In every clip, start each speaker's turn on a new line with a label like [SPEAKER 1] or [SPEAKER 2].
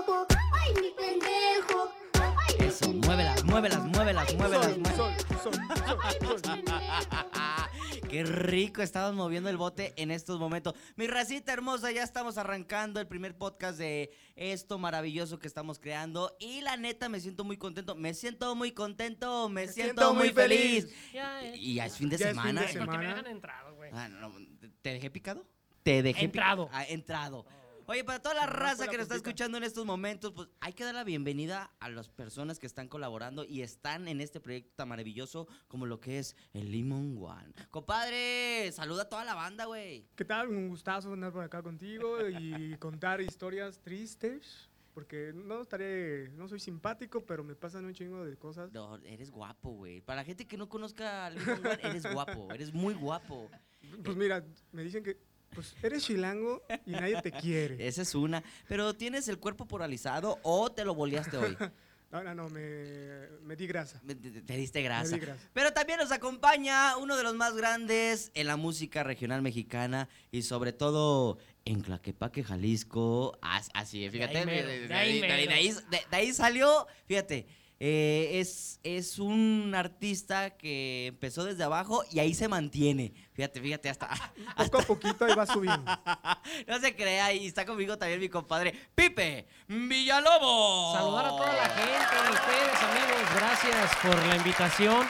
[SPEAKER 1] Qué rico estamos moviendo el bote en estos momentos. Mi racita hermosa, ya estamos arrancando el primer podcast de esto maravilloso que estamos creando. Y la neta, me siento muy contento. Me siento muy contento. Me, siento,
[SPEAKER 2] siento
[SPEAKER 1] muy
[SPEAKER 2] muy
[SPEAKER 1] feliz.
[SPEAKER 2] feliz.
[SPEAKER 3] Ya, eh.
[SPEAKER 1] Y ya es fin de
[SPEAKER 2] Ya es fin
[SPEAKER 1] semana.
[SPEAKER 2] de
[SPEAKER 1] ¿eh?
[SPEAKER 3] Ay, ¿Por qué me
[SPEAKER 2] semana.
[SPEAKER 3] dejan entrado, güey?
[SPEAKER 1] Ah, no, no, ¿Te dejé picado? Te dejé pic-
[SPEAKER 3] Entrado.
[SPEAKER 1] Ah, entrado. Oye, para toda la
[SPEAKER 2] Se me
[SPEAKER 1] raza
[SPEAKER 2] fue la
[SPEAKER 1] que nos está
[SPEAKER 2] puntita.
[SPEAKER 1] escuchando en estos momentos, pues hay que dar la bienvenida a las personas que están colaborando y están en este proyecto tan maravilloso como lo que es el Limon One. Compadre, saluda a toda la banda, güey.
[SPEAKER 2] ¿Qué tal? Un gustazo andar por acá contigo y contar historias tristes. Porque no estaré, no soy simpático, pero me pasan un chingo de cosas.
[SPEAKER 1] No, eres guapo, güey. Para la gente que no conozca al Limon One, eres guapo, eres muy guapo.
[SPEAKER 3] eh.
[SPEAKER 2] Pues mira, me dicen que pues eres chilango y nadie te quiere.
[SPEAKER 1] Esa es una. Pero ¿tienes el cuerpo polarizado o te lo boleaste hoy?
[SPEAKER 2] No, no, no, me, me di grasa.
[SPEAKER 1] Me- Te, te diste
[SPEAKER 2] Me
[SPEAKER 1] grasa.
[SPEAKER 2] di grasa.
[SPEAKER 1] Pero también nos acompaña uno de los más grandes en la música regional mexicana y sobre todo en Claquepaque, Jalisco. As- Así, es, fíjate,
[SPEAKER 3] ahí
[SPEAKER 1] de,
[SPEAKER 3] mero,
[SPEAKER 1] de-
[SPEAKER 3] de ahí
[SPEAKER 1] de- de- de ahí-
[SPEAKER 3] mero.
[SPEAKER 1] de- de ahí salió, fíjate, eh, es, es un artista que empezó desde abajo y ahí se mantiene. Fíjate, fíjate, hasta...
[SPEAKER 2] Poco a poquito ahí va subiendo.
[SPEAKER 1] no se crea, y está conmigo también mi compadre Pipe Villalobos.
[SPEAKER 3] Saludar a toda
[SPEAKER 1] Oh.
[SPEAKER 3] la gente, a ustedes, amigos. Gracias por la invitación.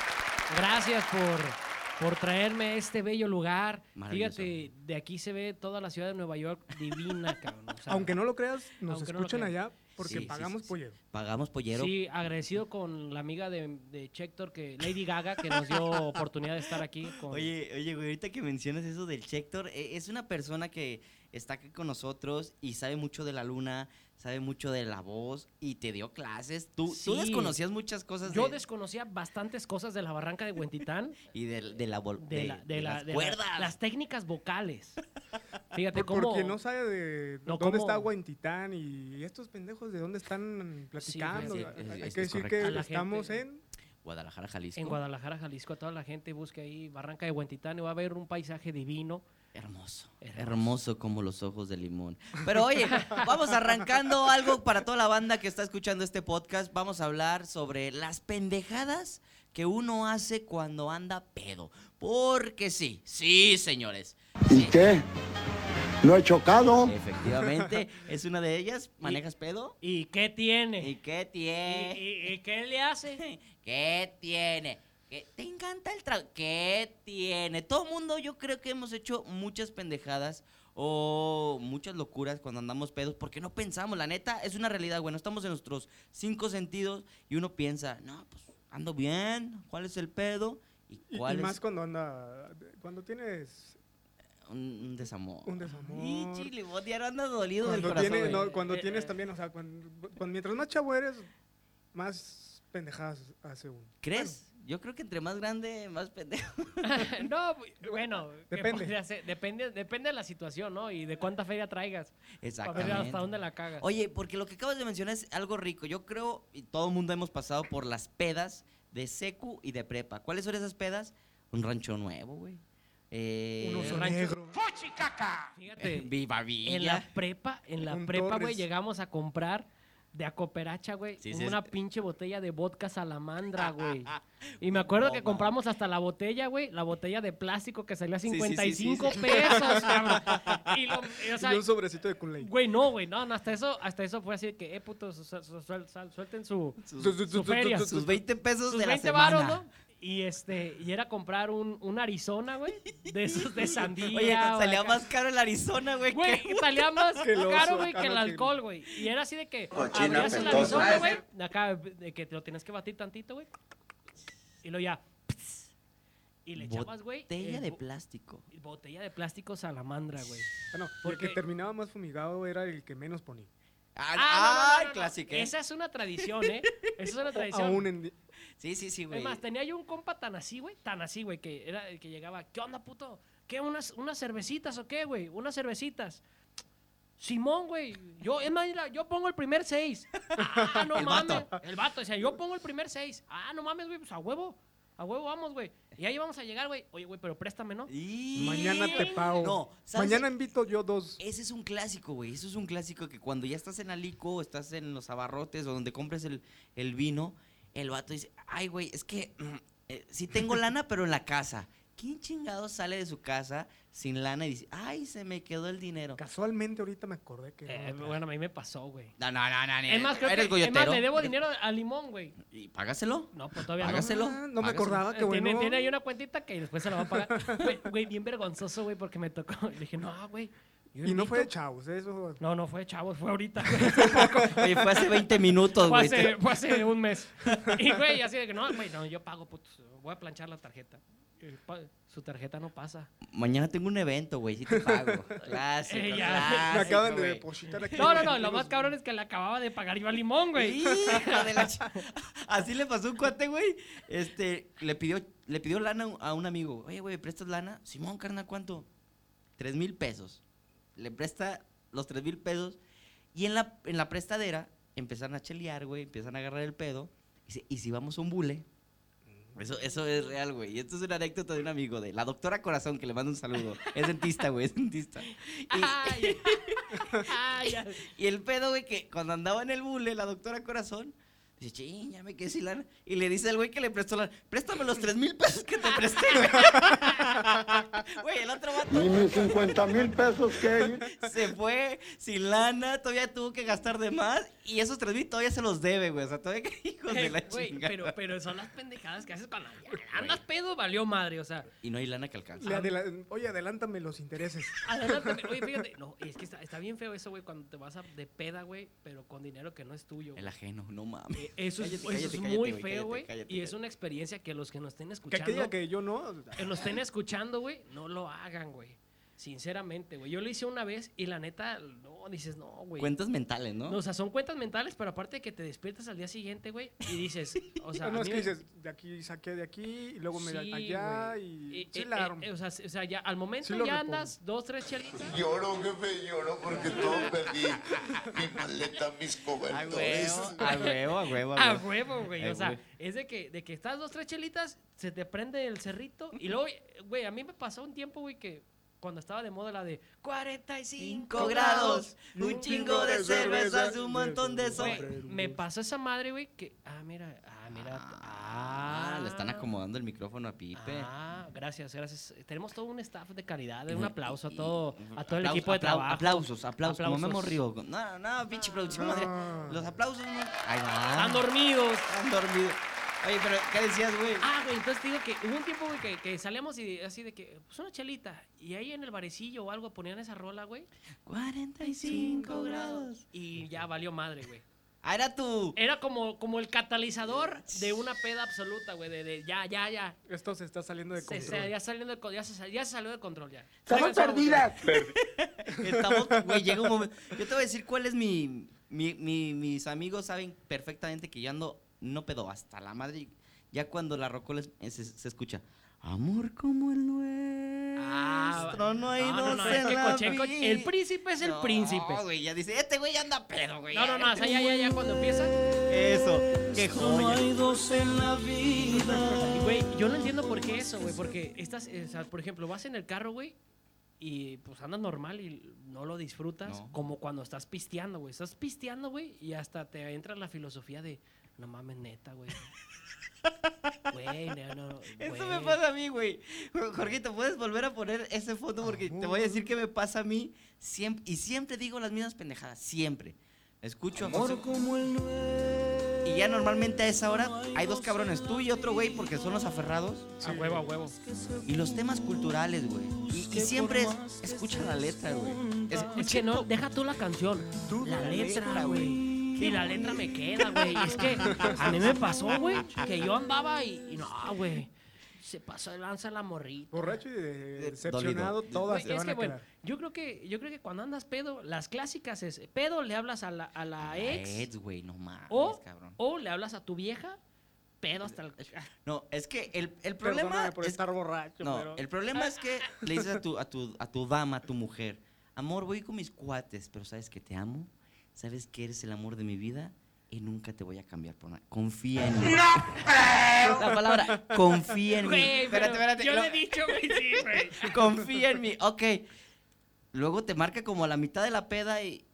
[SPEAKER 3] Gracias por, por traerme a este bello lugar.
[SPEAKER 1] Maravilloso.
[SPEAKER 3] Fíjate, de aquí se ve toda la ciudad de Nueva York divina, cabrón. O sea,
[SPEAKER 2] Aunque no lo creas, nos
[SPEAKER 3] Aunque no lo
[SPEAKER 2] escuchan
[SPEAKER 3] crean.
[SPEAKER 2] allá porque
[SPEAKER 1] Sí, sí,
[SPEAKER 2] pagamos
[SPEAKER 1] sí, sí.
[SPEAKER 2] pollero.
[SPEAKER 1] Pagamos pollero.
[SPEAKER 3] Sí, agradecido con la amiga de, de Chector, que, Lady Gaga, que nos dio oportunidad de estar aquí. Con,
[SPEAKER 1] Oye, oye, güey, ahorita que mencionas eso del Chector, e- es una persona que está aquí con nosotros y sabe mucho de la luna, sabe mucho de la voz y te dio clases. Tú, tú
[SPEAKER 3] Sí.
[SPEAKER 1] desconocías muchas cosas
[SPEAKER 3] Yo
[SPEAKER 1] de-
[SPEAKER 3] desconocía bastantes cosas de la barranca de Huentitán,
[SPEAKER 1] y de, de la vol-
[SPEAKER 3] de,
[SPEAKER 1] de-
[SPEAKER 3] la- de
[SPEAKER 1] de
[SPEAKER 3] la-
[SPEAKER 1] las
[SPEAKER 3] de la-
[SPEAKER 1] cuerdas.
[SPEAKER 3] las técnicas vocales. Fíjate
[SPEAKER 2] Por-
[SPEAKER 3] cómo...
[SPEAKER 2] porque no sabe de
[SPEAKER 3] No,
[SPEAKER 2] dónde
[SPEAKER 3] ¿cómo?
[SPEAKER 2] está agua en Titán y estos pendejos de dónde están platicando.
[SPEAKER 3] Sí,
[SPEAKER 1] es-
[SPEAKER 2] Hay
[SPEAKER 1] es-
[SPEAKER 2] que
[SPEAKER 1] es
[SPEAKER 2] decir
[SPEAKER 1] correcto.
[SPEAKER 3] A
[SPEAKER 2] que
[SPEAKER 3] la
[SPEAKER 2] estamos
[SPEAKER 3] gente-
[SPEAKER 2] en
[SPEAKER 1] Guadalajara, Jalisco.
[SPEAKER 3] En Guadalajara, Jalisco, a toda la gente busque ahí Barranca de Huentitán y va a ver un paisaje divino.
[SPEAKER 1] Hermoso, hermoso,
[SPEAKER 3] Hermoso.
[SPEAKER 1] como los ojos de limón. Pero oye, vamos arrancando algo para toda la banda que está escuchando este podcast. Vamos a hablar sobre las pendejadas que uno hace cuando anda pedo. Porque sí, sí, señores.
[SPEAKER 4] ¿Y
[SPEAKER 1] Sí,
[SPEAKER 4] qué? ¿No he chocado?
[SPEAKER 1] efectivamente, es una de ellas. ¿Manejas pedo?
[SPEAKER 3] ¿Y qué tiene?
[SPEAKER 1] ¿Y qué
[SPEAKER 3] ¿Y,
[SPEAKER 1] tiene?
[SPEAKER 3] y- y qué le hace?
[SPEAKER 1] ¿Qué tiene? ¿Qué- ¿Te encanta el trago? ¿Qué tiene? Todo mundo, yo creo que hemos hecho muchas pendejadas o muchas locuras cuando andamos pedos porque no pensamos, la neta, es una realidad, bueno, estamos en nuestros cinco sentidos y uno piensa, no, pues ando bien, ¿cuál es el pedo? ¿Y
[SPEAKER 2] Y, y
[SPEAKER 1] cuál es
[SPEAKER 2] más cuando anda, cuando tienes,
[SPEAKER 1] un, un desamor?
[SPEAKER 2] Un desamor.
[SPEAKER 1] Y chile, vos diario andas dolido del
[SPEAKER 2] cuando
[SPEAKER 1] corazón.
[SPEAKER 2] tienes,
[SPEAKER 1] güey.
[SPEAKER 2] no, cuando
[SPEAKER 3] Eh,
[SPEAKER 2] tienes
[SPEAKER 3] eh.
[SPEAKER 2] también, o sea, cuando, cuando- mientras más chavo eres, más pendejadas hace uno.
[SPEAKER 1] ¿Crees? Yo creo que entre más grande, más pendejo.
[SPEAKER 3] no, pues, bueno, ¿qué
[SPEAKER 2] Depende.
[SPEAKER 3] podría ser? depende. Depende de la situación, ¿no? Y de cuánta feria traigas. Para ver
[SPEAKER 1] Exactamente.
[SPEAKER 3] hasta dónde la cagas.
[SPEAKER 1] Oye, porque lo que acabas de mencionar es algo rico. Yo creo, y todo el mundo hemos pasado por las pedas de secu y de prepa. ¿Cuáles son esas pedas? Un rancho nuevo, güey. Eh,
[SPEAKER 2] Un oso
[SPEAKER 3] rancho-
[SPEAKER 2] negro.
[SPEAKER 3] Fíjate,
[SPEAKER 1] eh, Viva
[SPEAKER 3] en
[SPEAKER 1] Villa.
[SPEAKER 3] la prepa, en la
[SPEAKER 2] Un
[SPEAKER 3] prepa, güey,
[SPEAKER 2] Torres.
[SPEAKER 3] llegamos a comprar de a cooperacha, güey,
[SPEAKER 1] Sí, sí, es-
[SPEAKER 3] una pinche botella de vodka salamandra, güey. Y me acuerdo
[SPEAKER 1] No,
[SPEAKER 3] que
[SPEAKER 1] mames.
[SPEAKER 3] compramos hasta la botella, güey, la botella de plástico que salió a
[SPEAKER 1] Sí, sí, sí, sí,
[SPEAKER 3] 55
[SPEAKER 1] sí.
[SPEAKER 3] pesos, cabrón. Y lo- y, o sea,
[SPEAKER 2] y un sobrecito de Kool-Aid.
[SPEAKER 3] güey, no, güey, no, no, hasta eso, hasta eso fue así que, eh, putos, su- su- su- su- suelten su, su feria.
[SPEAKER 1] Sus 20 pesos
[SPEAKER 3] sus
[SPEAKER 1] de la
[SPEAKER 3] 20
[SPEAKER 1] semana.
[SPEAKER 3] varos, ¿no? Y este, y era comprar un, un Arizona, güey, de esos de sandía.
[SPEAKER 1] Oye,
[SPEAKER 3] o
[SPEAKER 1] salía
[SPEAKER 3] acá.
[SPEAKER 1] más caro el Arizona, güey.
[SPEAKER 3] Güey,
[SPEAKER 1] que-
[SPEAKER 3] salía más
[SPEAKER 2] Que el oso,
[SPEAKER 3] caro, güey,
[SPEAKER 2] acá
[SPEAKER 3] que el
[SPEAKER 2] no tiene.
[SPEAKER 3] alcohol, güey. Y era así de que
[SPEAKER 4] Cochina
[SPEAKER 3] abrías el
[SPEAKER 4] pentosa.
[SPEAKER 3] arizona, güey, de acá, de que te lo tenías que batir tantito, güey. Y lo ya, pss, y le echabas, güey.
[SPEAKER 1] Botella
[SPEAKER 3] el
[SPEAKER 1] de
[SPEAKER 3] bo-
[SPEAKER 1] plástico.
[SPEAKER 3] Botella de plástico salamandra, güey.
[SPEAKER 2] Bueno, Ah,
[SPEAKER 3] Porque-
[SPEAKER 2] el que terminaba más fumigado era el que menos ponía.
[SPEAKER 1] Ah,
[SPEAKER 3] no, no, no, no, no.
[SPEAKER 1] clásica.
[SPEAKER 3] Esa es una tradición, ¿eh? Esa es una tradición.
[SPEAKER 2] Aún en,
[SPEAKER 1] Sí, sí, sí,
[SPEAKER 3] Es
[SPEAKER 1] güey.
[SPEAKER 3] más, tenía yo un compa tan así, güey, tan así, güey, que era el que llegaba, ¿qué onda, puto? ¿Qué, unas, unas cervecitas o qué, güey? Unas cervecitas. Simón, güey, yo, es más, mira, yo pongo el primer seis. Ah, no
[SPEAKER 1] El
[SPEAKER 3] mames.
[SPEAKER 1] vato.
[SPEAKER 3] El vato, o sea, yo pongo el primer seis. Ah, no mames, güey, pues a huevo. A huevo vamos, güey. Y ahí vamos a llegar, güey. Oye, güey, pero préstame, ¿no?
[SPEAKER 1] Y-
[SPEAKER 2] mañana te pago.
[SPEAKER 1] No, ¿sabes? Eh.
[SPEAKER 2] Mañana invito yo dos.
[SPEAKER 1] Ese es un clásico, güey. Eso es un clásico que cuando ya estás en Alico, o estás en los abarrotes o donde compres el, el vino, el vato dice, ay, güey, es que mm, eh, sí tengo lana, pero en la casa. ¿Quién chingado sale de su casa sin lana y dice, ay, se me quedó el dinero?
[SPEAKER 2] Casualmente ahorita me acordé que...
[SPEAKER 3] Eh,
[SPEAKER 2] no,
[SPEAKER 3] bueno, a mí me pasó, güey.
[SPEAKER 1] No, no, no, no. ni-
[SPEAKER 3] Es más, creo
[SPEAKER 1] eres
[SPEAKER 3] que es más,
[SPEAKER 1] goyotero.
[SPEAKER 3] le debo dinero a Limón, güey.
[SPEAKER 1] ¿Y págaselo?
[SPEAKER 3] No, pues todavía no.
[SPEAKER 1] Hágase- Hágaselo,
[SPEAKER 2] Ah, no
[SPEAKER 1] hágaselo.
[SPEAKER 2] me acordaba que
[SPEAKER 3] Eh,
[SPEAKER 2] bueno.
[SPEAKER 3] Tiene, tiene ahí una cuentita que después se la va a pagar. Güey, Güey, bien vergonzoso, güey, porque me tocó. Le dije, no, güey. yo
[SPEAKER 2] Y no
[SPEAKER 3] invito".
[SPEAKER 2] fue de chavos, eso.
[SPEAKER 3] No, no fue, chavos, fue ahorita. güey.
[SPEAKER 1] Oye, fue hace 20 minutos, güey.
[SPEAKER 3] Fue hace, fue hace un mes. Y, güey, así de que, no, güey, no, yo pago, putos. Voy a planchar la tarjeta. Y pa- Su tarjeta no pasa.
[SPEAKER 1] Mañana tengo un evento, güey, sí te pago. Clásico,
[SPEAKER 3] Eh, ya.
[SPEAKER 2] Me
[SPEAKER 3] Me
[SPEAKER 1] clásico,
[SPEAKER 2] acaban de
[SPEAKER 1] Ah, güey.
[SPEAKER 2] depositar aquí.
[SPEAKER 3] No, no, no, lo más cabrón es que le acababa de pagar yo a Limón, güey.
[SPEAKER 1] Hijo de la ch- Así le pasó a un cuate, güey. Este, le pidió, le pidió lana a un- a un amigo. Oye, güey, ¿prestas lana? Simón, carnal, ¿cuánto? Tres mil pesos. Le presta los tres mil pesos. Y en la, en la prestadera empiezan a chelear, güey. Empiezan a agarrar el pedo. Y, dice, ¿y si vamos a un bule? Eso, eso es real, güey. Y esto es una anécdota de un amigo de la doctora Corazón, que le mando un saludo. Es dentista, güey, es dentista. Y-
[SPEAKER 3] Ay, ay, ay.
[SPEAKER 1] y el pedo, güey, que cuando andaba en el bule, la doctora Corazón, dice, ching, ya me quedé sin lana. Y le dice al güey que le prestó lana, préstame los tres mil pesos que te presté, güey. Güey, el otro
[SPEAKER 4] Ni
[SPEAKER 1] vato
[SPEAKER 4] mis 50 mil pesos que...
[SPEAKER 1] se fue sin lana, todavía tuvo que gastar de más. Y esos tres mil todavía se los debe, güey. O sea, todavía que hijos de la
[SPEAKER 3] Eh, Güey,
[SPEAKER 1] chingada.
[SPEAKER 3] pero, pero son las pendejadas que haces cuando andas pedo, valió madre, o sea.
[SPEAKER 1] Y no hay lana que alcance.
[SPEAKER 2] Le adela- Oye, adelántame los intereses.
[SPEAKER 3] Adelántame. Oye, fíjate, no, es que está, está bien feo eso, güey, cuando te vas a- de peda, güey, pero con dinero que no es tuyo. güey.
[SPEAKER 1] El ajeno, no mames.
[SPEAKER 3] Eh, Eso es,
[SPEAKER 1] Cállate,
[SPEAKER 3] eso es
[SPEAKER 1] cállate,
[SPEAKER 3] muy
[SPEAKER 1] cállate,
[SPEAKER 3] feo, güey.
[SPEAKER 1] cállate, cállate,
[SPEAKER 3] Y es
[SPEAKER 1] cállate.
[SPEAKER 3] una experiencia que los que nos estén
[SPEAKER 2] Que aquella
[SPEAKER 3] escuchando, que,
[SPEAKER 2] que yo no.
[SPEAKER 3] nos estén escuchando, güey, no lo hagan, güey. Sinceramente, güey. Yo lo hice una vez y la neta, no, dices, no, güey.
[SPEAKER 1] Cuentas mentales, ¿no?
[SPEAKER 3] No, o sea, son cuentas mentales, pero aparte de que te despiertas al día siguiente, güey, y dices, o sea,
[SPEAKER 2] Ah,
[SPEAKER 3] a
[SPEAKER 2] no, es
[SPEAKER 3] mí
[SPEAKER 2] que
[SPEAKER 3] me-
[SPEAKER 2] dices, de aquí saqué de aquí y luego me da
[SPEAKER 3] Sí,
[SPEAKER 2] allá
[SPEAKER 3] güey.
[SPEAKER 2] y.
[SPEAKER 3] Eh,
[SPEAKER 2] sí,
[SPEAKER 3] eh,
[SPEAKER 2] la
[SPEAKER 3] eh,
[SPEAKER 2] armo.
[SPEAKER 3] eh, o, sea, o sea, ya al momento
[SPEAKER 2] Sí lo
[SPEAKER 3] ya
[SPEAKER 2] repongo.
[SPEAKER 3] andas dos, tres chelitas.
[SPEAKER 5] Lloro, jefe, lloro porque todo perdí. Mi maleta, mis
[SPEAKER 1] a
[SPEAKER 5] cobertores.
[SPEAKER 1] huevo, a huevo, a huevo, a
[SPEAKER 3] Ah, A
[SPEAKER 1] huevo.
[SPEAKER 3] huevo, güey.
[SPEAKER 1] Ay,
[SPEAKER 3] O sea,
[SPEAKER 1] Eh, güey.
[SPEAKER 3] es de que, de que estás dos, tres chelitas, se te prende el cerrito. Y luego, güey, a mí me pasó un tiempo, güey, que cuando estaba de moda la de 45
[SPEAKER 1] 5 grados, un
[SPEAKER 2] Un
[SPEAKER 1] chingo de cervezas, un montón de sol.
[SPEAKER 3] Güey, me pasó esa madre, güey, que. Ah, mira, ah, mira.
[SPEAKER 1] Ah, le están acomodando el micrófono a Pipe.
[SPEAKER 3] Ah, gracias, gracias. Tenemos todo un staff de calidad. Un
[SPEAKER 1] Ujú,
[SPEAKER 3] aplauso a
[SPEAKER 1] y-
[SPEAKER 3] todo,
[SPEAKER 1] y-
[SPEAKER 3] a todo el
[SPEAKER 1] aplausos,
[SPEAKER 3] equipo de
[SPEAKER 1] aplau-
[SPEAKER 3] trabajo.
[SPEAKER 1] Aplausos, aplausos. Como
[SPEAKER 3] Aplausos.
[SPEAKER 1] Memo Río. No, no, pinche producción.
[SPEAKER 2] No.
[SPEAKER 1] madre. Los aplausos. no. Ahí va.
[SPEAKER 3] Están dormidos.
[SPEAKER 1] Están dormidos. Oye, pero ¿qué decías, güey?
[SPEAKER 3] Ah, güey, entonces te digo que hubo un tiempo, güey, que, que salíamos y así de que, pues una chelita. Y ahí en el barecillo o algo ponían esa rola, güey.
[SPEAKER 1] 45 grados.
[SPEAKER 3] Y ya valió madre, güey.
[SPEAKER 1] Ah, era tu.
[SPEAKER 3] Era como, como el catalizador de una peda absoluta, güey. De, de ya, ya, ya.
[SPEAKER 2] Esto se está saliendo de
[SPEAKER 3] Se-
[SPEAKER 2] control.
[SPEAKER 3] se- ya, saliendo de, co- ya, se, sal- ya se salió de control, ya.
[SPEAKER 4] ¡Estamos
[SPEAKER 3] Sáquense a
[SPEAKER 4] perdidas!
[SPEAKER 1] Estamos, güey, llega un momento. Yo te voy a decir cuál es mi, mi- mi- Mis amigos saben perfectamente que yo ando no pedo hasta la madre. Ya cuando la rocola es- se, se escucha. Amor como el nuestro.
[SPEAKER 3] Ah,
[SPEAKER 1] no hay
[SPEAKER 3] no, no,
[SPEAKER 1] dos
[SPEAKER 3] no, es
[SPEAKER 1] en
[SPEAKER 3] que
[SPEAKER 1] la
[SPEAKER 3] Cocheco-
[SPEAKER 1] vida".
[SPEAKER 3] el príncipe es el
[SPEAKER 1] No,
[SPEAKER 3] príncipe.
[SPEAKER 1] güey, ya dice, este güey ya anda pedo, güey.
[SPEAKER 3] No, no, no, o sea, ya, ya, ya, cuando empieza.
[SPEAKER 1] Eso, qué joya.
[SPEAKER 3] Y, güey, yo no entiendo por qué eso, güey. Porque estás, eh, o sea, por ejemplo, vas en el carro, güey, y pues andas normal y no lo disfrutas.
[SPEAKER 1] No.
[SPEAKER 3] Como cuando estás pisteando, güey. Estás pisteando, güey, y hasta te entra la filosofía de, no mames, neta, güey. Güey, no, no.
[SPEAKER 1] Eso
[SPEAKER 3] güey.
[SPEAKER 1] me pasa a mí, güey. Jo- Jorgito, ¿puedes volver a poner ese foto? Porque te voy a decir que me pasa a mí siempre. Y siempre digo las mismas pendejadas, siempre. Escucho a José- Y ya normalmente a esa hora hay dos cabrones, tú y otro güey, porque son los aferrados.
[SPEAKER 3] A huevo, a huevo.
[SPEAKER 1] Y los temas culturales, güey. Y, y siempre es, escucha la letra, güey.
[SPEAKER 3] Es que
[SPEAKER 1] Escucha
[SPEAKER 3] no, deja tú la canción. la letra, güey. Y la letra me queda, güey. Y Es que a mí me pasó, güey, que yo andaba y, y no, güey. Se pasó de lanza la morrita.
[SPEAKER 2] Borracho y de- decepcionado,
[SPEAKER 1] dolido.
[SPEAKER 2] todas
[SPEAKER 3] Güey,
[SPEAKER 2] se
[SPEAKER 3] es
[SPEAKER 2] van
[SPEAKER 3] que
[SPEAKER 2] a
[SPEAKER 3] bueno,
[SPEAKER 2] quedar.
[SPEAKER 3] yo creo que, yo creo que cuando andas pedo, las clásicas es pedo le hablas a la, a la
[SPEAKER 1] la
[SPEAKER 3] ex,
[SPEAKER 1] ex, güey, no mames,
[SPEAKER 3] o,
[SPEAKER 1] cabrón.
[SPEAKER 3] o le hablas a tu vieja, pedo hasta el
[SPEAKER 1] No, es que el, el problema
[SPEAKER 2] Perdóname por
[SPEAKER 1] es-
[SPEAKER 2] estar borracho,
[SPEAKER 1] No,
[SPEAKER 2] pero...
[SPEAKER 1] el problema es que le dices a tu, a, tu, a tu dama, a tu mujer, amor, voy con mis cuates, pero sabes que te amo, sabes que eres el amor de mi vida y nunca te voy a cambiar por nada. Confía en mí. La palabra, confía en mí.
[SPEAKER 3] Güey,
[SPEAKER 1] espérate,
[SPEAKER 3] pero
[SPEAKER 1] espérate.
[SPEAKER 3] Yo
[SPEAKER 1] lo-
[SPEAKER 3] le he dicho, güey, sí, güey.
[SPEAKER 1] confía en mí. Ok. Luego te marca como a la mitad de la peda y.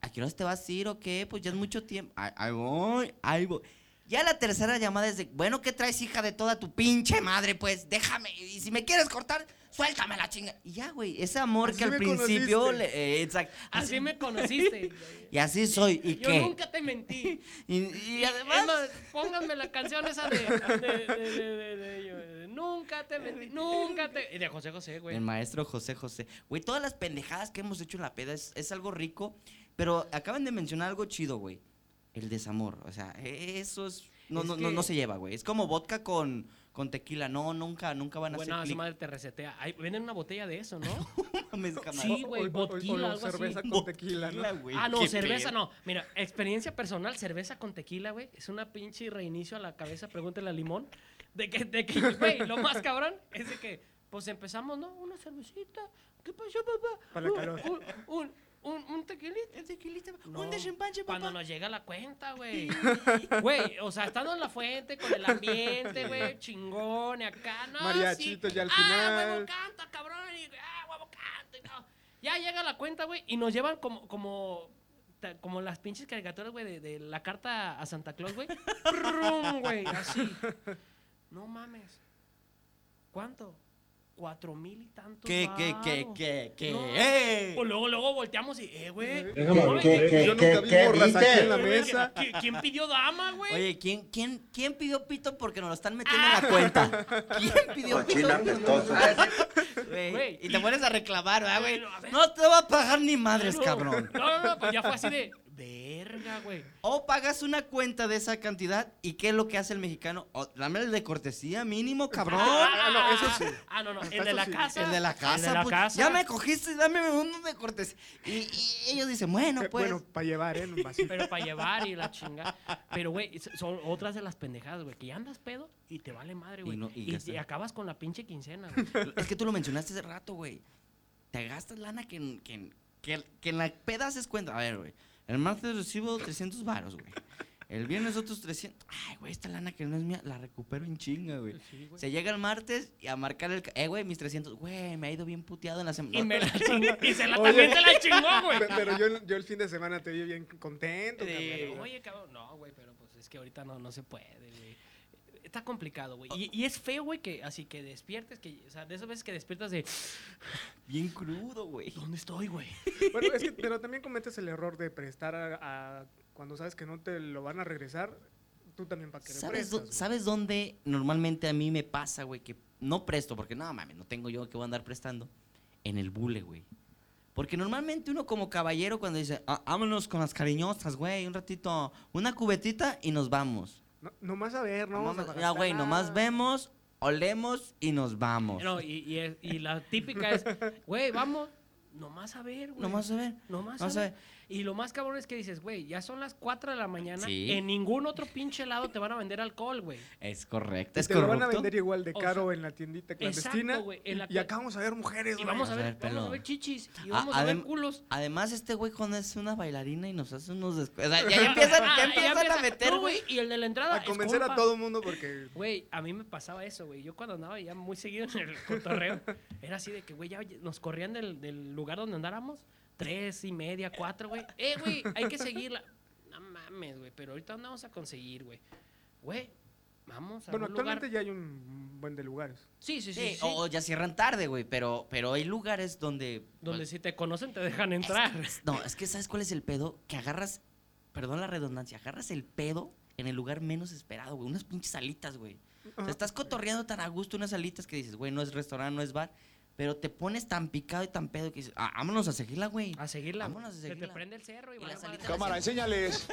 [SPEAKER 1] ¿A qué horas te vas a ir o qué? Pues ya es mucho tiempo. Ahí, ahí voy, ahí voy. Ya la tercera llamada es de, bueno, ¿qué traes, hija de toda tu pinche madre? Pues déjame, y si me quieres cortar, suéltame la chinga. Y ya, güey, ese amor
[SPEAKER 2] Así
[SPEAKER 1] que al
[SPEAKER 2] me
[SPEAKER 1] principio...
[SPEAKER 2] conociste.
[SPEAKER 1] le- eh, exacto.
[SPEAKER 3] Así me conociste.
[SPEAKER 1] Y así soy, ¿y
[SPEAKER 3] Yo
[SPEAKER 1] qué?
[SPEAKER 3] nunca te mentí.
[SPEAKER 1] Y, y además...
[SPEAKER 3] Es más, pónganme la canción esa de, de- de- de- de- de- yo, de Nunca te mentí, nunca te... Y de José José, güey.
[SPEAKER 1] El maestro José José. Güey, todas las pendejadas que hemos hecho en la peda es, es algo rico, pero acaban de mencionar algo chido, güey. El desamor. O sea, e- eso es. No,
[SPEAKER 3] Es
[SPEAKER 1] no, no,
[SPEAKER 3] que-
[SPEAKER 1] no se lleva, güey. Es como vodka con, con tequila. No, nunca, nunca van a
[SPEAKER 3] Bueno,
[SPEAKER 1] hacer
[SPEAKER 3] esa
[SPEAKER 1] clic.
[SPEAKER 3] madre te resetea. Ahí venden una botella de eso, ¿no?
[SPEAKER 1] Mames, camarada.
[SPEAKER 3] Sí, güey,
[SPEAKER 2] O- o- o-
[SPEAKER 3] vodka,
[SPEAKER 2] o la
[SPEAKER 3] algo así.
[SPEAKER 2] cerveza con
[SPEAKER 1] Vodka,
[SPEAKER 2] tequila, ¿no?
[SPEAKER 1] güey,
[SPEAKER 3] ah, no,
[SPEAKER 1] qué
[SPEAKER 3] cerveza
[SPEAKER 1] pedo.
[SPEAKER 3] no. Mira, experiencia personal, cerveza con tequila, güey. Es una pinche reinicio a la cabeza, pregúntale a Limón. De que, de que, güey, lo más cabrón es de que, pues empezamos, ¿no? Una cervecita. ¿Qué pasó, papá?
[SPEAKER 2] Para la
[SPEAKER 3] Un-
[SPEAKER 2] calor.
[SPEAKER 3] Un, un, un, un tequilita.
[SPEAKER 1] Un tequilita,
[SPEAKER 3] No,
[SPEAKER 1] Un desempanche, papá.
[SPEAKER 3] Cuando nos llega la cuenta, güey. Güey, o sea, estando en la fuente, con el ambiente, güey, chingón, y acá, no,
[SPEAKER 2] Mariachito
[SPEAKER 3] sí.
[SPEAKER 2] ya al
[SPEAKER 3] Ah,
[SPEAKER 2] final.
[SPEAKER 3] huevo canta, cabrón, y, ah, huevo canta, y no. Ya llega la cuenta, güey, y nos llevan como, como, ta- como las pinches caricaturas, güey, de, de la carta a Santa Claus, güey. Prum, güey, así. No mames. ¿Cuánto? Cuatro mil y tantos
[SPEAKER 1] ¿Qué, qué, qué,
[SPEAKER 3] varos.
[SPEAKER 1] qué, qué?
[SPEAKER 3] No.
[SPEAKER 1] ¡Eh!
[SPEAKER 3] Pues luego, luego volteamos y, eh, güey.
[SPEAKER 4] Déjame
[SPEAKER 3] no, güey,
[SPEAKER 4] ver, ¿qué, qué,
[SPEAKER 2] Yo nunca
[SPEAKER 4] qué,
[SPEAKER 2] vi
[SPEAKER 4] qué
[SPEAKER 2] morras aquí en la
[SPEAKER 3] Güey,
[SPEAKER 2] mesa.
[SPEAKER 3] ¿qui- ¿Quién pidió dama, güey?
[SPEAKER 1] Oye, ¿quién, quién, ¿quién pidió pito porque nos lo están metiendo en
[SPEAKER 3] Ah.
[SPEAKER 1] la cuenta? ¿Quién pidió pito?
[SPEAKER 5] Cochina apestosa.
[SPEAKER 1] Güey,
[SPEAKER 3] Güey,
[SPEAKER 1] y te pones a reclamar, ¿verdad, güey?
[SPEAKER 3] Pero, a ver.
[SPEAKER 1] No te va a pagar ni madres,
[SPEAKER 3] No,
[SPEAKER 1] cabrón.
[SPEAKER 3] No, no, no, pues ya fue así de verga, güey.
[SPEAKER 1] O pagas una cuenta de esa cantidad y qué es lo que hace el mexicano. O, dame el de cortesía mínimo, cabrón.
[SPEAKER 2] ah, no, eso sí.
[SPEAKER 3] Ah, no, no, el
[SPEAKER 2] Eso
[SPEAKER 3] de la
[SPEAKER 2] sí.
[SPEAKER 3] casa.
[SPEAKER 1] El de la casa,
[SPEAKER 3] El de la
[SPEAKER 1] pues,
[SPEAKER 3] casa.
[SPEAKER 1] Ya me cogiste, dame uno de cortesía. Y, y ellos dicen, bueno,
[SPEAKER 2] Eh,
[SPEAKER 1] pues.
[SPEAKER 2] Bueno, para llevar, ¿eh? En un vasito.
[SPEAKER 3] Pero para llevar y la chinga. Pero, güey, s- son otras de las pendejadas, güey, que ya andas pedo y te vale madre, güey.
[SPEAKER 1] Y
[SPEAKER 3] Y,
[SPEAKER 1] no- y gastar.
[SPEAKER 3] te acabas con la pinche quincena, güey.
[SPEAKER 1] Es que tú lo mencionaste hace rato, güey. Te gastas lana que, en- que, en- que, que en la peda haces cuenta. A ver, güey. El martes recibo 300 varos, güey. El viernes otros 300. Ay, güey, esta lana que no es mía, la recupero en chinga, güey.
[SPEAKER 3] Sí, güey.
[SPEAKER 1] Se llega el martes y a marcar el... ca- Eh, güey, mis 300. Güey, me ha ido bien puteado en la semana.
[SPEAKER 3] Y me la chingó. Y se la
[SPEAKER 2] Oye.
[SPEAKER 3] también se la chingó, güey.
[SPEAKER 2] Pe- Pero yo, yo el fin de semana te vi bien contento.
[SPEAKER 3] Pero,
[SPEAKER 2] cabrón.
[SPEAKER 3] Oye, cabrón, no, güey, pero pues es que ahorita no, no se puede, güey. Está complicado, güey. Y, y es feo, güey, que así que despiertes, que, o sea, de esas veces que despiertas de,
[SPEAKER 1] Bien crudo, güey.
[SPEAKER 3] ¿dónde estoy, güey?
[SPEAKER 2] Bueno, es que, pero también cometes el error de prestar a, a- cuando sabes que no te lo van a regresar, tú también para que le
[SPEAKER 1] ¿Sabes, dó-
[SPEAKER 2] prestas, güey.
[SPEAKER 1] ¿Sabes dónde normalmente a mí me pasa, güey? Que no presto, porque no mames, no tengo yo que voy a andar prestando. En el bule, güey. Porque normalmente uno como caballero cuando dice, "Ah, vámonos con las cariñosas, güey, un ratito, una cubetita y nos vamos.
[SPEAKER 2] No, nomás a ver, no vamos a
[SPEAKER 1] Nomás-
[SPEAKER 2] gastar
[SPEAKER 1] Ya, güey,
[SPEAKER 2] nada.
[SPEAKER 1] nomás vemos, olemos y nos vamos.
[SPEAKER 3] No, y, y, es- y la típica es, güey, vamos, nomás a ver, güey.
[SPEAKER 1] Nomás a ver.
[SPEAKER 3] Nomás
[SPEAKER 1] nomás
[SPEAKER 3] a
[SPEAKER 1] a
[SPEAKER 3] ver. Y lo más cabrón es que dices, güey, ya son las 4 de la mañana,
[SPEAKER 1] Sí.
[SPEAKER 3] en ningún otro pinche lado te van a vender alcohol, güey.
[SPEAKER 1] Es correcto,
[SPEAKER 2] Y
[SPEAKER 1] es
[SPEAKER 2] te
[SPEAKER 1] correcto.
[SPEAKER 2] lo van a vender igual de
[SPEAKER 3] O
[SPEAKER 2] caro
[SPEAKER 3] sea,
[SPEAKER 2] en la tiendita
[SPEAKER 3] exacto,
[SPEAKER 2] clandestina.
[SPEAKER 3] güey, en la
[SPEAKER 2] y
[SPEAKER 3] cual-
[SPEAKER 2] acá vamos a ver mujeres,
[SPEAKER 3] Y
[SPEAKER 2] güey.
[SPEAKER 3] vamos a
[SPEAKER 1] Vamos a ver
[SPEAKER 3] ver, vamos a
[SPEAKER 1] pelón.
[SPEAKER 3] ver chichis, y
[SPEAKER 1] A-
[SPEAKER 3] vamos a, ver
[SPEAKER 1] adem-
[SPEAKER 3] culos.
[SPEAKER 1] Además, este güey cuando es una bailarina y nos hace unos descu- O sea, ya, ya empiezan,
[SPEAKER 3] Ah,
[SPEAKER 1] ya empiezan
[SPEAKER 3] empieza-
[SPEAKER 1] a meter,
[SPEAKER 3] no,
[SPEAKER 1] güey.
[SPEAKER 3] Y el de la entrada
[SPEAKER 2] a
[SPEAKER 3] es
[SPEAKER 2] convencer a
[SPEAKER 3] compa.
[SPEAKER 2] todo el mundo porque
[SPEAKER 3] Güey, a mí me pasaba eso, güey. Yo cuando andaba ya muy seguido en el cotorreo, era así de que, güey, ya nos corrían del, del lugar donde andáramos, tres y media, cuatro, güey. Eh, güey, hay que seguirla. No mames, güey, pero ahorita dónde vamos a conseguir, güey. Güey, vamos a
[SPEAKER 2] bueno,
[SPEAKER 3] un lugar.
[SPEAKER 2] actualmente ya hay un buen de lugares.
[SPEAKER 3] Sí, sí, sí.
[SPEAKER 1] Sí,
[SPEAKER 3] sí.
[SPEAKER 1] o o ya cierran tarde, güey, pero, pero hay lugares donde... pues,
[SPEAKER 3] Donde si te conocen te dejan entrar.
[SPEAKER 1] No, es que ¿sabes cuál es el pedo? Que agarras, perdón la redundancia, agarras el pedo en el lugar menos esperado, güey. Unas pinches alitas, güey. O sea, estás cotorreando tan a gusto unas alitas que dices, güey, no es restaurante, no es bar, pero te pones tan picado y tan pedo que dices, ah, vámonos a seguirla, güey.
[SPEAKER 2] Ah,
[SPEAKER 3] A seguirla.
[SPEAKER 1] Vámonos a
[SPEAKER 3] güey. Se
[SPEAKER 1] seguirla.
[SPEAKER 3] te prende el cerro y,
[SPEAKER 1] Y
[SPEAKER 3] vale
[SPEAKER 1] las
[SPEAKER 3] madre.
[SPEAKER 1] alitas
[SPEAKER 4] Cámara, enséñales.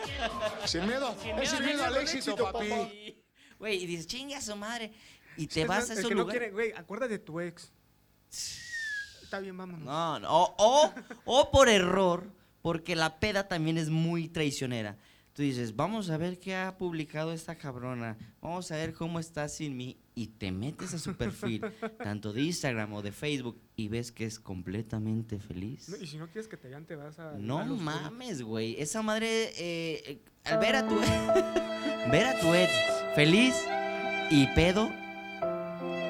[SPEAKER 4] Sin miedo. Es sin miedo al éxito, papi.
[SPEAKER 1] Güey, y dices, chinga su madre. Y te
[SPEAKER 2] Es
[SPEAKER 1] vas
[SPEAKER 2] más,
[SPEAKER 1] a
[SPEAKER 2] el
[SPEAKER 1] esos
[SPEAKER 2] que no
[SPEAKER 1] lugares.
[SPEAKER 2] quiere, güey, acuérdate de tu ex. Está bien, vámonos.
[SPEAKER 1] No, no. O, o- o por error, porque la peda también es muy traicionera. Tú dices, vamos a ver qué ha publicado esta cabrona. Vamos a ver cómo está sin mí. Y te metes a su perfil, tanto de Instagram o de Facebook, y ves que es completamente feliz.
[SPEAKER 2] No, y si no quieres que te vean, te vas a.
[SPEAKER 1] No
[SPEAKER 2] a los-
[SPEAKER 1] mames, güey. Esa madre, eh, eh, al ver a tu ver a tu ex feliz y pedo,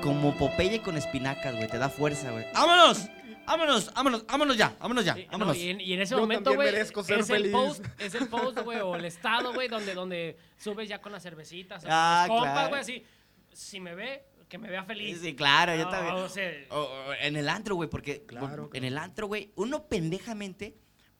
[SPEAKER 1] como Popeye con espinacas, güey. Te da fuerza, güey. ¡Vámonos! Vámonos, vámonos, vámonos ya, vámonos ya,
[SPEAKER 3] Sí, no,
[SPEAKER 1] vámonos.
[SPEAKER 3] y, en, y en ese
[SPEAKER 2] Yo
[SPEAKER 3] momento,
[SPEAKER 2] también
[SPEAKER 3] güey, es,
[SPEAKER 2] merezco ser
[SPEAKER 3] el
[SPEAKER 2] feliz.
[SPEAKER 3] post, es el post, güey, o el estado, güey, donde, donde subes ya con las cervecitas,
[SPEAKER 1] Ah,
[SPEAKER 3] ah, compas,
[SPEAKER 1] claro.
[SPEAKER 3] güey, así, si me ve, que me vea feliz.
[SPEAKER 1] Sí, claro, yo
[SPEAKER 3] No,
[SPEAKER 1] también. Oh,
[SPEAKER 3] o sea-
[SPEAKER 1] O- o en el antro, güey, porque
[SPEAKER 2] Claro,
[SPEAKER 1] por-
[SPEAKER 2] claro.
[SPEAKER 1] en el antro, güey, uno pendejamente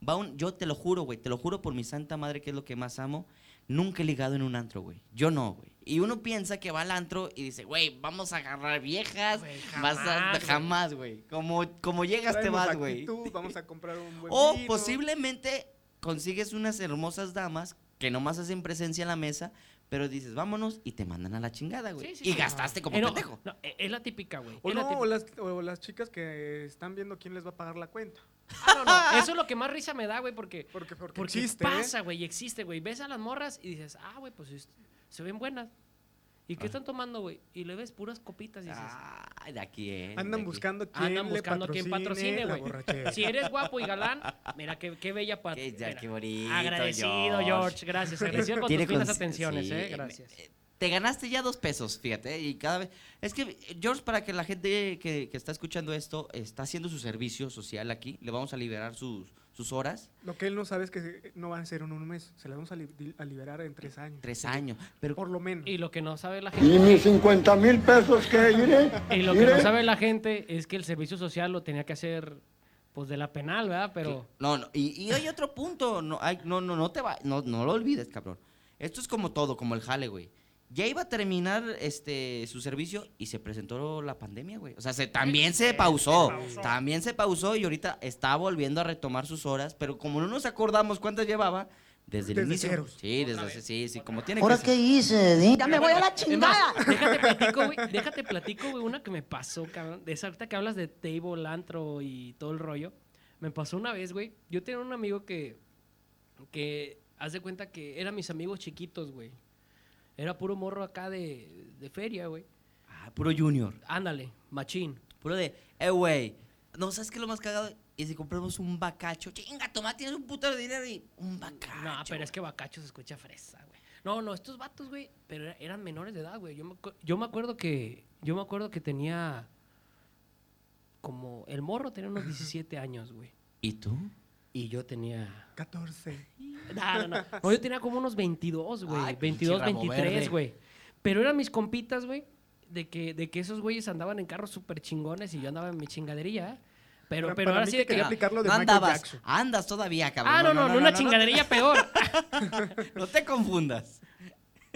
[SPEAKER 1] va a un... Yo te lo juro, güey, te lo juro por mi santa madre que es lo que más amo. Nunca he ligado en un antro, güey. Yo no, güey. Y uno piensa que va al antro y dice, güey, vamos a agarrar viejas.
[SPEAKER 3] Güey,
[SPEAKER 1] vas a-
[SPEAKER 3] jamás, güey.
[SPEAKER 1] jamás, güey. Como, como llegas te
[SPEAKER 2] Traemos
[SPEAKER 1] vas, güey. Oh,
[SPEAKER 2] actitud, Vamos a comprar un buen
[SPEAKER 1] O
[SPEAKER 2] vino.
[SPEAKER 1] posiblemente consigues unas hermosas damas que nomás hacen presencia en la mesa, pero dices, vámonos, y te mandan a la chingada, güey.
[SPEAKER 3] Sí, sí,
[SPEAKER 1] y
[SPEAKER 3] sí.
[SPEAKER 1] gastaste como
[SPEAKER 3] Eh, no,
[SPEAKER 1] pendejo.
[SPEAKER 3] no, eh, es la típica, güey.
[SPEAKER 2] O
[SPEAKER 3] es la
[SPEAKER 2] no,
[SPEAKER 3] típica.
[SPEAKER 2] o las, o las chicas que están viendo quién les va a pagar la cuenta.
[SPEAKER 3] Ah, no, no, eso es lo que más risa me da, güey, porque,
[SPEAKER 2] Porque, porque,
[SPEAKER 3] porque
[SPEAKER 2] existe, ¿eh?
[SPEAKER 3] pasa, güey, y existe, güey. Ves a las morras y dices, ah, güey, pues es- se ven buenas. ¿Y qué están tomando, güey? Y le ves puras copitas y dices,
[SPEAKER 1] Ay, de aquí, eh, de
[SPEAKER 2] Andan
[SPEAKER 1] aquí.
[SPEAKER 2] buscando quién
[SPEAKER 3] andan
[SPEAKER 2] le
[SPEAKER 3] buscando
[SPEAKER 2] patrocine
[SPEAKER 3] quién
[SPEAKER 2] la
[SPEAKER 3] patrocine, güey.
[SPEAKER 2] borrachera.
[SPEAKER 3] Si eres guapo y galán, mira qué, qué bella
[SPEAKER 1] Qué-
[SPEAKER 3] patria.
[SPEAKER 1] ya, qué bonito,
[SPEAKER 3] Agradecido,
[SPEAKER 1] George.
[SPEAKER 3] George. Gracias. Agradecido por
[SPEAKER 1] Tiene
[SPEAKER 3] tus finas
[SPEAKER 1] cons-
[SPEAKER 3] atenciones,
[SPEAKER 1] sí,
[SPEAKER 3] eh.
[SPEAKER 1] me-
[SPEAKER 3] Gracias.
[SPEAKER 1] eh, Te ganaste ya dos pesos, fíjate, y cada vez... Es que, eh, George, para que la gente que, que está escuchando esto está haciendo su servicio social aquí, le vamos a liberar sus, sus horas,
[SPEAKER 2] Lo que él no sabe es que se- no van a ser en un mes, se las vamos a, li- a liberar en tres años.
[SPEAKER 1] tres años. Pero
[SPEAKER 2] Por lo menos.
[SPEAKER 3] Y lo que no sabe la
[SPEAKER 4] ¿Y
[SPEAKER 3] gente.
[SPEAKER 4] mis 50 mil pesos que iré?
[SPEAKER 3] Y lo que no sabe la gente es que el servicio social lo tenía que hacer, pues, de la penal, ¿verdad? Pero.
[SPEAKER 1] No, no, y, y hay otro punto, no, hay- no, no, no te va, no, no lo olvides, cabrón. Esto es como todo, como el jale, güey. Ya iba a terminar este su servicio y se presentó la pandemia, güey. O sea, se, también se pausó, También se pausó y ahorita está volviendo a retomar sus horas, pero como no nos acordamos cuántas llevaba, desde el
[SPEAKER 2] Desde
[SPEAKER 1] inicio.
[SPEAKER 2] ceros.
[SPEAKER 1] Sí, desde hace- sí, sí, como tiene
[SPEAKER 6] ¿Ahora
[SPEAKER 1] que
[SPEAKER 6] qué
[SPEAKER 1] ser.
[SPEAKER 6] hice? di? Ya me voy a la
[SPEAKER 3] Es más,
[SPEAKER 6] chingada.
[SPEAKER 3] déjate platico, güey. Déjate platico, güey, una que me pasó, cabrón. De esa ahorita que hablas de table, antro y todo el rollo. Me pasó una vez, güey. Yo tenía un amigo que. que haz de cuenta que eran mis amigos chiquitos, güey. Era puro morro acá de, de feria, güey.
[SPEAKER 1] Ah, puro junior,
[SPEAKER 3] Ándale, machín.
[SPEAKER 1] puro de, eh, güey, no, ¿sabes qué es lo más cagado? Y si compramos un bacacho, chinga, toma, tienes un putero de dinero y un bacacho.
[SPEAKER 3] No, pero es que Bacacho se escucha fresa, güey. No, no, estos vatos, güey, pero era- eran menores de edad, güey. Yo me, acu- yo me acuerdo que yo me acuerdo que tenía como el morro tenía unos 17 años, güey,
[SPEAKER 1] ¿Y tú?
[SPEAKER 3] y yo tenía
[SPEAKER 2] 14.
[SPEAKER 3] no, no, no. No, yo tenía como unos 22, güey,
[SPEAKER 1] Ay,
[SPEAKER 3] 22,
[SPEAKER 1] pinche rabo
[SPEAKER 3] 23,
[SPEAKER 1] verde.
[SPEAKER 3] güey. Pero eran mis compitas, güey, de que de que esos güeyes andaban en carros súper chingones y yo andaba en mi chingadería, ¿eh? Pero,
[SPEAKER 2] Para-
[SPEAKER 3] pero
[SPEAKER 2] para
[SPEAKER 3] ahora
[SPEAKER 2] mí que
[SPEAKER 3] sí de que
[SPEAKER 2] quería
[SPEAKER 1] Ah,
[SPEAKER 2] aplicar lo de
[SPEAKER 1] no
[SPEAKER 2] Michael
[SPEAKER 1] andabas,
[SPEAKER 2] Jackson.
[SPEAKER 1] andas todavía, cabrón.
[SPEAKER 3] Ah, no, no, no, una chingadería peor.
[SPEAKER 1] No, te confundas.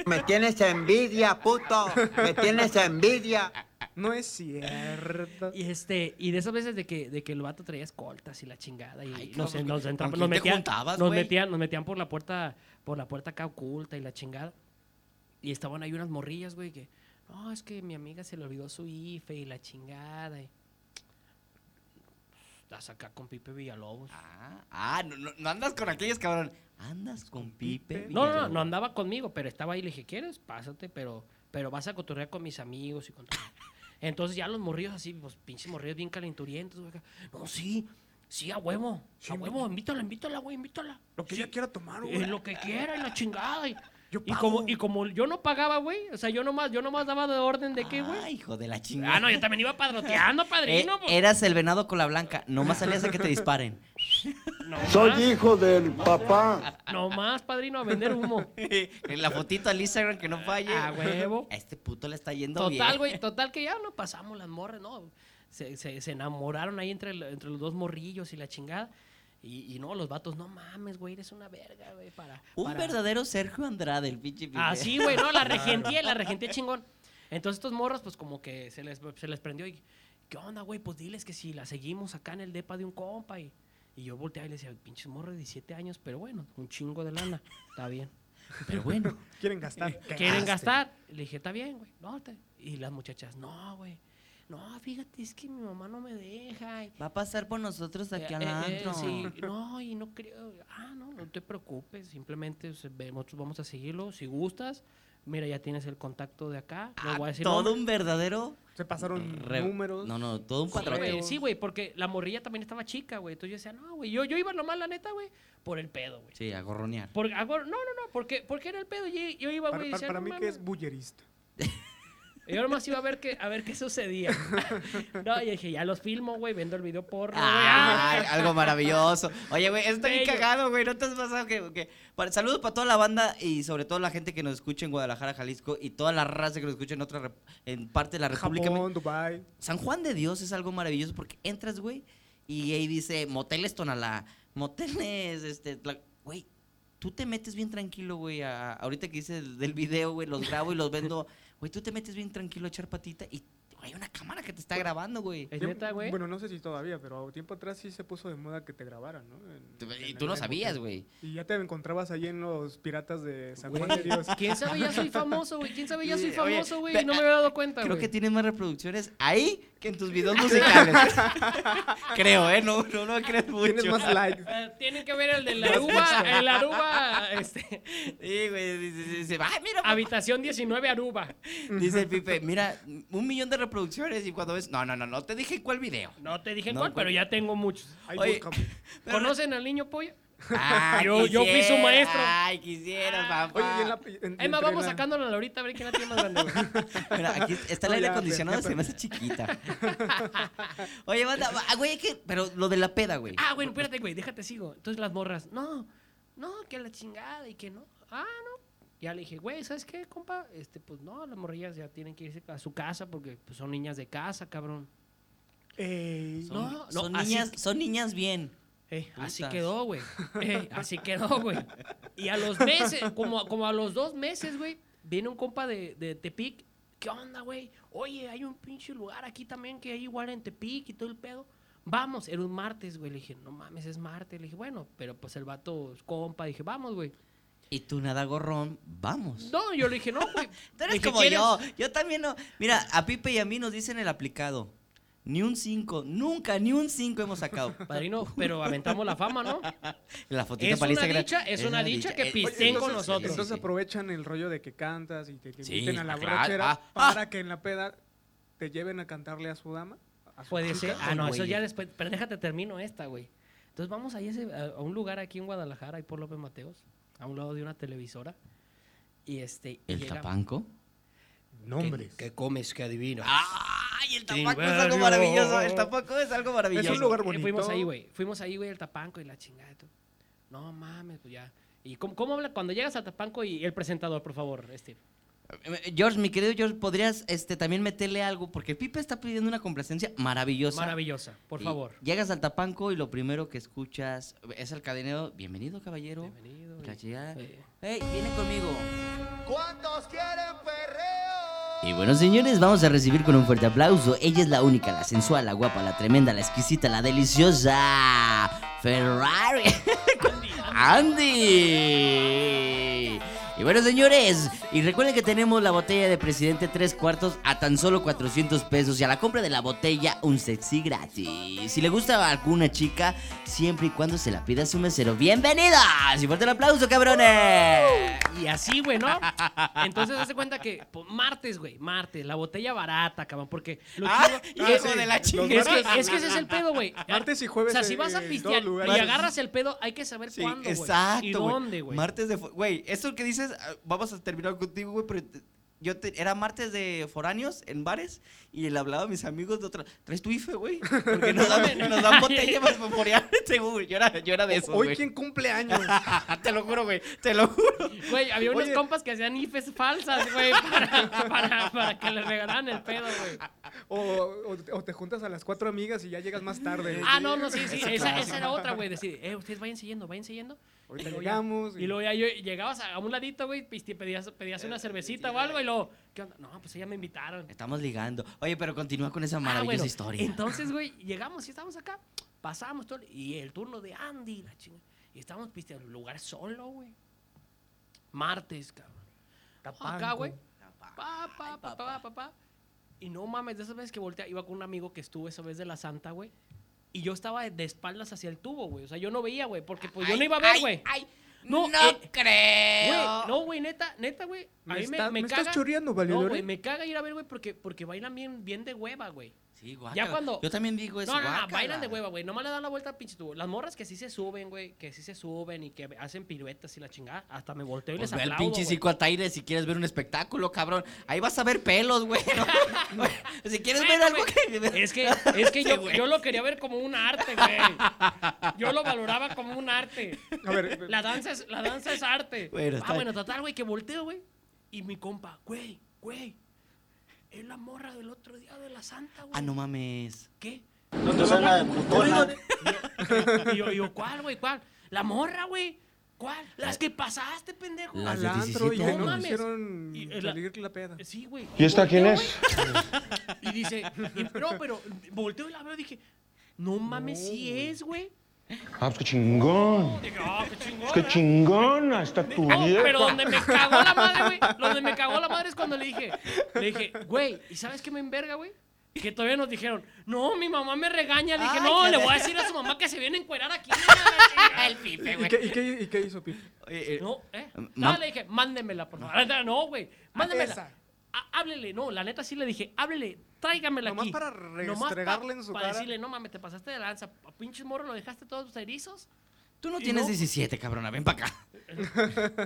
[SPEAKER 7] Me tienes envidia, puto. Me tienes envidia.
[SPEAKER 2] No es cierto.
[SPEAKER 3] Y este, y de esas veces de que, de que el vato traía escoltas y la chingada. Y
[SPEAKER 1] Ay,
[SPEAKER 3] nos,
[SPEAKER 1] cabrón,
[SPEAKER 3] nos,
[SPEAKER 1] ¿con
[SPEAKER 3] entra-
[SPEAKER 1] quién
[SPEAKER 3] nos
[SPEAKER 1] te
[SPEAKER 3] metían,
[SPEAKER 1] juntabas,
[SPEAKER 3] nos
[SPEAKER 1] güey?
[SPEAKER 3] metían, nos metían por la puerta, por la puerta acá oculta y la chingada. Y estaban ahí unas morrillas, güey, que, no, es que mi amiga se le olvidó su IFE y la chingada. Y... Estás acá con Pipe Villalobos.
[SPEAKER 1] Ah, ah, no, no, no andas con aquellos, cabrón. Andas con Pipe.
[SPEAKER 3] No, no,
[SPEAKER 1] Villalobos.
[SPEAKER 3] no andaba conmigo, pero estaba ahí. Le dije, ¿quieres? Pásate, pero, pero vas a cotorrear con mis amigos y con todo. Entonces ya los morridos así, pues pinches morridos bien calenturientos. güey, acá, No, sí, sí, a huevo. a huevo, invítala, invítala, güey, invítala.
[SPEAKER 2] Lo que
[SPEAKER 3] Sí,
[SPEAKER 2] ella quiera tomar,
[SPEAKER 3] eh,
[SPEAKER 2] güey.
[SPEAKER 3] lo que quiera y la chingada. Y,
[SPEAKER 2] Yo
[SPEAKER 3] y
[SPEAKER 2] pago.
[SPEAKER 3] como, y como yo no pagaba, güey, o sea, yo nomás, yo nomás daba de orden de qué,
[SPEAKER 1] Ah,
[SPEAKER 3] güey.
[SPEAKER 1] hijo de la chingada.
[SPEAKER 3] Ah, no, yo también iba padroteando,
[SPEAKER 1] Eh,
[SPEAKER 3] padrino. pues.
[SPEAKER 1] Eras el venado con la blanca. Nomás salías a que te disparen.
[SPEAKER 3] No
[SPEAKER 4] Soy
[SPEAKER 3] más,
[SPEAKER 4] hijo del papá.
[SPEAKER 3] no más, padrino, a vender humo.
[SPEAKER 1] En la fotito al Instagram que no falle.
[SPEAKER 3] A Ah, huevo.
[SPEAKER 1] A este puto le está yendo
[SPEAKER 3] Total,
[SPEAKER 1] bien.
[SPEAKER 3] güey, total que ya no pasamos las morras, ¿no? Se, se- se enamoraron ahí entre, el- entre los dos morrillos y la chingada. Y, y no, los vatos, no mames, güey, eres una verga, güey, para...
[SPEAKER 1] Un
[SPEAKER 3] para-
[SPEAKER 1] verdadero Sergio Andrade, el pinche Pipe.
[SPEAKER 3] Ah, sí, güey, Uh, no, la regenté, la regenté chingón. Entonces estos morros, pues como que se les, se les prendió y... ¿Qué onda, güey? Pues diles que si la seguimos acá en el depa de un compa y... Y yo volteaba y le decía, pinches morros de 17 años, pero bueno, un chingo de lana, está bien. Pero bueno,
[SPEAKER 2] Quieren gastar.
[SPEAKER 3] quieren
[SPEAKER 2] Gaste.
[SPEAKER 3] gastar. Le dije, está bien, güey. No, te- Y las muchachas, no, güey. No, fíjate, es que mi mamá no me deja. y-
[SPEAKER 1] Va a pasar por nosotros aquí al
[SPEAKER 3] eh, eh,
[SPEAKER 1] antro.
[SPEAKER 3] sí, no, y no creo. Ah, no, no te preocupes. Simplemente o sea, ve- nosotros vamos a seguirlo. Si gustas, mira, ya tienes el contacto de acá. No
[SPEAKER 1] Ah,
[SPEAKER 3] voy a decir
[SPEAKER 1] todo
[SPEAKER 3] nombres.
[SPEAKER 1] un verdadero.
[SPEAKER 2] Se pasaron
[SPEAKER 1] re-
[SPEAKER 2] números.
[SPEAKER 1] No, no, todo un
[SPEAKER 3] Sí, güey,
[SPEAKER 1] patrón.
[SPEAKER 3] Sí, güey, porque la morrilla también estaba chica, güey. Entonces yo decía, no, güey. Yo, yo iba nomás, la neta, güey, por el pedo, güey.
[SPEAKER 1] Sí, a gorronear.
[SPEAKER 3] Por- ah, güey, no, no, no, porque, porque era el pedo. Yo, yo iba,
[SPEAKER 2] Para,
[SPEAKER 3] güey. y
[SPEAKER 2] para-
[SPEAKER 3] decía,
[SPEAKER 2] para
[SPEAKER 3] no
[SPEAKER 2] mí que
[SPEAKER 3] mames.
[SPEAKER 2] es bullerista.
[SPEAKER 3] Y yo nomás iba a ver qué, a ver qué sucedía. No, y dije, ya los filmo, güey, vendo el video por...
[SPEAKER 1] Ay, algo maravilloso. Oye, güey, eso está bien
[SPEAKER 3] Bello.
[SPEAKER 1] cagado, güey. ¿No te has pasado que, que- para- Saludos para toda la banda y sobre todo la gente que nos escucha en Guadalajara, Jalisco y toda la raza que nos escucha en otra rep- en parte de la República.
[SPEAKER 2] Japón, Dubai.
[SPEAKER 1] San Juan de Dios es algo maravilloso porque entras, güey, y ahí dice moteles Tonalá, moteles, este, Tla-". güey, tú te metes bien tranquilo, güey, a- ahorita que hice el- del video, güey, los grabo y los vendo, güey, tú te metes bien tranquilo a echar patita y hay una cámara que te está grabando, güey.
[SPEAKER 3] ¿Es
[SPEAKER 2] Tiemp-
[SPEAKER 3] neta, güey?
[SPEAKER 2] Bueno, no sé si todavía, pero tiempo atrás sí se puso de moda que te grabaran, ¿no? En-
[SPEAKER 1] Y
[SPEAKER 2] en
[SPEAKER 1] tú no
[SPEAKER 2] el-
[SPEAKER 1] sabías, güey.
[SPEAKER 2] Y ya te encontrabas ahí en los piratas de San
[SPEAKER 3] Güey,
[SPEAKER 2] Juan de Dios.
[SPEAKER 3] ¿Quién sabe? Ya soy famoso, güey. ¿Quién sabe? Ya soy
[SPEAKER 1] Oye,
[SPEAKER 3] famoso, güey.
[SPEAKER 1] pe-
[SPEAKER 3] y No me había dado cuenta,
[SPEAKER 1] Creo
[SPEAKER 3] güey.
[SPEAKER 1] que tienes más reproducciones ahí que en tus videos musicales. Creo, ¿eh? No, no, no crees mucho.
[SPEAKER 2] Tienes más likes.
[SPEAKER 3] Eh, tienen que ver el de la Aruba, el Aruba, este,
[SPEAKER 1] Sí, güey, dice, dice, "Ay, mira, papá".
[SPEAKER 3] habitación 19 Aruba.
[SPEAKER 1] Dice el Pipe, mira, un millón de reproducciones y cuando ves, no, no, no, no te dije cuál video.
[SPEAKER 3] No te dije
[SPEAKER 1] No,
[SPEAKER 3] cuál,
[SPEAKER 1] güey.
[SPEAKER 3] pero ya tengo muchos.
[SPEAKER 2] Ahí
[SPEAKER 1] Oye,
[SPEAKER 2] buscamos.
[SPEAKER 1] Pero-
[SPEAKER 3] ¿Conocen al niño pollo?
[SPEAKER 1] Ay,
[SPEAKER 3] Yo- yo fui su
[SPEAKER 1] Ah, quisiera,
[SPEAKER 3] maestro.
[SPEAKER 1] Ay, quisieras, papá.
[SPEAKER 2] Oye, y en la. y en- y
[SPEAKER 3] Emma,
[SPEAKER 2] entre
[SPEAKER 3] vamos
[SPEAKER 2] la-
[SPEAKER 3] sacándola ahorita a ver quién la tiene más grande. güey.
[SPEAKER 1] Mira, aquí está el
[SPEAKER 2] No,
[SPEAKER 1] aire
[SPEAKER 2] ya,
[SPEAKER 1] acondicionado,
[SPEAKER 2] ya, ya,
[SPEAKER 1] se me hace chiquita. Oye, banda, ah, güey, ¿qué? Pero lo de la peda, güey.
[SPEAKER 3] Ah, bueno, espérate, güey, déjate sigo. Entonces las morras, no, no, que la chingada y que no. Ah, no. Ya le dije, güey, ¿sabes qué, compa? Este, pues no, las morrillas ya tienen que irse a su casa porque pues, son niñas de casa, cabrón.
[SPEAKER 2] Ey,
[SPEAKER 1] Son,
[SPEAKER 3] no, no,
[SPEAKER 1] son
[SPEAKER 3] así
[SPEAKER 1] niñas,
[SPEAKER 3] que-
[SPEAKER 1] son niñas bien.
[SPEAKER 3] Eh, así
[SPEAKER 1] Putas.
[SPEAKER 3] quedó, güey. Eh, así quedó, güey. Y a los meses, como, como a los dos meses, güey, viene un compa de, de Tepic. ¿Qué onda, güey? Oye, hay un pinche lugar aquí también que hay igual en Tepic y todo el pedo. Vamos, era un martes, güey. Le dije, no mames, es martes. Le dije, bueno, pero pues el vato es compa. Dije, vamos, güey.
[SPEAKER 1] Y tú nada gorrón, vamos.
[SPEAKER 3] No, yo le dije, no, güey.
[SPEAKER 1] Tú eres
[SPEAKER 3] Le dije,
[SPEAKER 1] como
[SPEAKER 3] "¿Quieres?".
[SPEAKER 1] yo. Yo también no. Mira, a Pipe y a mí nos dicen el aplicado. Ni un 5, nunca, ni un 5 hemos sacado.
[SPEAKER 3] Padrino, pero aventamos la fama, ¿no?
[SPEAKER 1] La fotita
[SPEAKER 3] Es
[SPEAKER 1] para
[SPEAKER 3] una
[SPEAKER 1] Instagram.
[SPEAKER 3] dicha- es una dicha que
[SPEAKER 1] eh,
[SPEAKER 2] Oye,
[SPEAKER 3] pisteen con
[SPEAKER 2] entonces-
[SPEAKER 3] nosotros.
[SPEAKER 2] Entonces
[SPEAKER 1] Sí, sí.
[SPEAKER 2] aprovechan el rollo de que cantas y te, te
[SPEAKER 1] Sí,
[SPEAKER 2] inviten a la
[SPEAKER 1] ah, claro,
[SPEAKER 2] brochera
[SPEAKER 1] ah,
[SPEAKER 2] para que en la peda te lleven a cantarle a su dama. a su
[SPEAKER 3] Puede
[SPEAKER 2] chica.
[SPEAKER 3] ser. Ah, no, eso
[SPEAKER 1] güey.
[SPEAKER 3] ya después. Pero déjate, termino esta, güey. Entonces vamos ahí a, ese- a- a un lugar aquí en Guadalajara, ahí por López Mateos, a un lado de una televisora. Y este. y pues,
[SPEAKER 1] ¿El
[SPEAKER 3] llega-
[SPEAKER 1] tapanco?
[SPEAKER 3] ¿Qué, qué comes? ¿Qué adivino?
[SPEAKER 1] ¡Ay, el tapanco es algo
[SPEAKER 3] Timberio.
[SPEAKER 1] maravilloso! El tapanco es algo maravilloso.
[SPEAKER 2] Es un lugar bonito.
[SPEAKER 3] Eh, fuimos ahí, güey. Fuimos ahí, güey, al Tapanco y la chingada. y todo. No mames, pues ya. ¿Y cómo, cómo habla cuando llegas al Tapanco y el presentador, por favor, Steve?
[SPEAKER 1] Eh, George, mi querido George, ¿podrías este, también meterle algo? Porque el Pipe está pidiendo una complacencia maravillosa.
[SPEAKER 3] Maravillosa, por
[SPEAKER 1] Y
[SPEAKER 3] favor.
[SPEAKER 1] Llegas al tapanco y lo primero que escuchas es el cadenero. Bienvenido, caballero.
[SPEAKER 3] Bienvenido.
[SPEAKER 1] La
[SPEAKER 3] y-
[SPEAKER 1] chingada.
[SPEAKER 3] eh,
[SPEAKER 1] Hey, viene conmigo.
[SPEAKER 4] ¿Cuántos quieren perreo?
[SPEAKER 1] Y bueno, señores, vamos a recibir con un fuerte aplauso. Ella es la única, la sensual, la guapa, la tremenda, la exquisita, la deliciosa. Ferrari. Andy. Y bueno, señores, y recuerden que tenemos la botella de Presidente tres cuartos a tan solo 400 pesos y a la compra de la botella un sexy gratis. Si le gusta a alguna chica, siempre y cuando se la pida a su mesero. ¡Bienvenidas! Y fuerte el aplauso, cabrones.
[SPEAKER 3] Y así, güey, ¿no? Entonces, hace cuenta que po- martes, güey, martes, la botella barata, cabrón, porque lo
[SPEAKER 1] Ah,
[SPEAKER 3] que-
[SPEAKER 1] hijo de la chingada.
[SPEAKER 3] Es que, es que ese es el pedo, güey.
[SPEAKER 2] Martes y jueves
[SPEAKER 3] O sea, si
[SPEAKER 2] en-
[SPEAKER 3] vas a
[SPEAKER 2] en
[SPEAKER 3] pistear
[SPEAKER 2] todos
[SPEAKER 3] y
[SPEAKER 2] lugares.
[SPEAKER 3] agarras el pedo, hay que saber
[SPEAKER 1] Sí,
[SPEAKER 3] cuándo, güey.
[SPEAKER 1] exacto,
[SPEAKER 3] Y
[SPEAKER 1] güey.
[SPEAKER 3] dónde, güey.
[SPEAKER 1] Martes de... fo- Güey, esto que dices, ah, vamos a terminar contigo, güey, pero te- yo te- era martes de foráneos en bares y le hablaba a mis amigos de otra... ¿Traes tu IFE, güey? Porque nos dan, nos dan botella para memorear. Sí, güey, yo, era, yo era de eso,
[SPEAKER 2] Hoy
[SPEAKER 1] güey. Ah,
[SPEAKER 2] quien cumple años.
[SPEAKER 1] te lo juro, güey, te lo juro.
[SPEAKER 3] Güey, había unos
[SPEAKER 2] Oye.
[SPEAKER 3] compas que hacían ifes falsas, güey, para, para, para que les regalaran el pedo, güey.
[SPEAKER 2] o, o- o te juntas a las cuatro amigas y ya llegas más tarde.
[SPEAKER 3] Ah, no, no, sí, sí.
[SPEAKER 1] Esa
[SPEAKER 3] Esa,
[SPEAKER 1] clásica.
[SPEAKER 3] esa era otra, güey. Decir, eh, ustedes vayan siguiendo, vayan siguiendo.
[SPEAKER 2] Ahorita
[SPEAKER 3] Y luego ya-
[SPEAKER 2] llegamos.
[SPEAKER 3] Y luego ya yo- llegabas a a un ladito, güey, piste- pedías, pedías
[SPEAKER 2] Eh,
[SPEAKER 3] una cervecita o algo y luego, ¿qué onda? No, pues ella me invitaron.
[SPEAKER 1] Estamos ligando. Oye, pero continúa con esa
[SPEAKER 3] Ah,
[SPEAKER 1] maravillosa
[SPEAKER 3] bueno,
[SPEAKER 1] historia.
[SPEAKER 3] Entonces, güey, llegamos y estábamos acá, pasamos todo, y el turno de Andy, la chinga. Y estábamos pisteando en un lugar solo, güey. Martes, cabrón. Acá, güey. Pa, pa, pa, pa, pa, pa. Y no mames, de esas veces que voltea, iba con un amigo que estuvo esa vez de la Santa, güey. Y yo estaba de espaldas hacia el tubo, güey. O sea, yo no veía, güey, porque pues yo no iba a ver, güey.
[SPEAKER 1] Ay,
[SPEAKER 3] No,
[SPEAKER 1] no,
[SPEAKER 3] eh,
[SPEAKER 1] creo.
[SPEAKER 3] Güey, no, güey, neta, neta, güey. A
[SPEAKER 2] Me
[SPEAKER 3] mí me,
[SPEAKER 2] está-
[SPEAKER 3] me
[SPEAKER 2] me
[SPEAKER 3] caga.
[SPEAKER 2] estás choreando,
[SPEAKER 3] No,
[SPEAKER 2] valedor,
[SPEAKER 3] güey,
[SPEAKER 2] ¿eh?
[SPEAKER 3] me caga ir a ver, güey, porque, porque bailan bien, bien de hueva, güey.
[SPEAKER 1] Sí, guácala.
[SPEAKER 3] Ya cuando-
[SPEAKER 1] Yo también digo eso.
[SPEAKER 3] No, no, no,
[SPEAKER 1] Pues, guácala.
[SPEAKER 3] bailan de hueva, güey. Nomás le dan la vuelta al pinche tubo. Las morras que sí se suben, güey. Que sí se suben y que hacen piruetas y la chingada. Hasta me volteo y
[SPEAKER 1] Pues
[SPEAKER 3] les
[SPEAKER 1] ve al
[SPEAKER 3] aplaudo,
[SPEAKER 1] pinche
[SPEAKER 3] güey.
[SPEAKER 1] psicoataire si quieres ver un espectáculo, cabrón. Ahí vas a ver pelos, güey. si quieres ver
[SPEAKER 3] Bueno,
[SPEAKER 1] algo
[SPEAKER 3] güey,
[SPEAKER 1] que...
[SPEAKER 3] Es que, es que
[SPEAKER 1] Sí,
[SPEAKER 3] yo,
[SPEAKER 1] güey.
[SPEAKER 3] yo lo quería ver como un arte, güey. Yo lo valoraba como un arte.
[SPEAKER 2] A ver,
[SPEAKER 3] La danza es, la danza es arte.
[SPEAKER 1] Bueno,
[SPEAKER 3] ah,
[SPEAKER 1] está-
[SPEAKER 3] bueno, total, güey, que volteo, güey. Y mi compa, güey, güey. Es la morra del otro día de la santa, güey.
[SPEAKER 1] Ah, no mames.
[SPEAKER 3] ¿Qué?
[SPEAKER 4] No suena de putona.
[SPEAKER 3] Y yo, y yo, ¿cuál, güey? ¿Cuál? La morra, güey. ¿Cuál? Las que pasaste, pendejo.
[SPEAKER 1] Las
[SPEAKER 2] al
[SPEAKER 1] de
[SPEAKER 2] antro
[SPEAKER 1] 17
[SPEAKER 2] y que
[SPEAKER 1] años.
[SPEAKER 2] nos
[SPEAKER 3] No
[SPEAKER 2] hicieron
[SPEAKER 3] mames. Y el-
[SPEAKER 2] salir la peda.
[SPEAKER 3] Sí, güey.
[SPEAKER 4] ¿Y esta quién
[SPEAKER 3] Volteo,
[SPEAKER 4] es?
[SPEAKER 3] güey, Y dice, y- no, pero volteo y la veo y dije, no mames, sí es, güey.
[SPEAKER 4] Ah, pues qué chingón. ¿eh?".
[SPEAKER 3] Dije, ah, qué chingón.
[SPEAKER 4] Qué
[SPEAKER 3] ¿verdad?
[SPEAKER 4] chingona está tu
[SPEAKER 3] No,
[SPEAKER 4] vieja.
[SPEAKER 3] pero donde me cagó la madre, güey. Donde me cagó la madre es cuando le dije, le dije, güey, ¿y sabes qué me enverga, güey? Que todavía nos dijeron, no, mi mamá me regaña. Le dije,
[SPEAKER 1] Ay,
[SPEAKER 3] no,
[SPEAKER 1] qué
[SPEAKER 3] le
[SPEAKER 1] de-
[SPEAKER 3] voy a decir a su mamá que se viene a encuerar aquí. Ah, El pipe,
[SPEAKER 2] ¿Y
[SPEAKER 3] güey.
[SPEAKER 2] qué, y qué- y qué hizo Pi?
[SPEAKER 1] Oye, eh,
[SPEAKER 3] No, ¿eh?
[SPEAKER 1] Ma-
[SPEAKER 3] No, le dije, mándemela, por favor. Ah, No, güey, mándemela.
[SPEAKER 2] esa.
[SPEAKER 3] Há- Háblele, no, la neta sí le dije, háblele, tráigamela
[SPEAKER 2] Nomás
[SPEAKER 3] aquí.
[SPEAKER 2] para
[SPEAKER 3] pa-
[SPEAKER 2] restregarle en su
[SPEAKER 3] para
[SPEAKER 2] cara.
[SPEAKER 3] decirle, no mames, te pasaste de lanza. A pinches morro, lo dejaste todos erizos.
[SPEAKER 1] Tú no
[SPEAKER 3] ¿Y
[SPEAKER 1] tienes
[SPEAKER 3] no?
[SPEAKER 1] 17, cabrona. Ven para acá.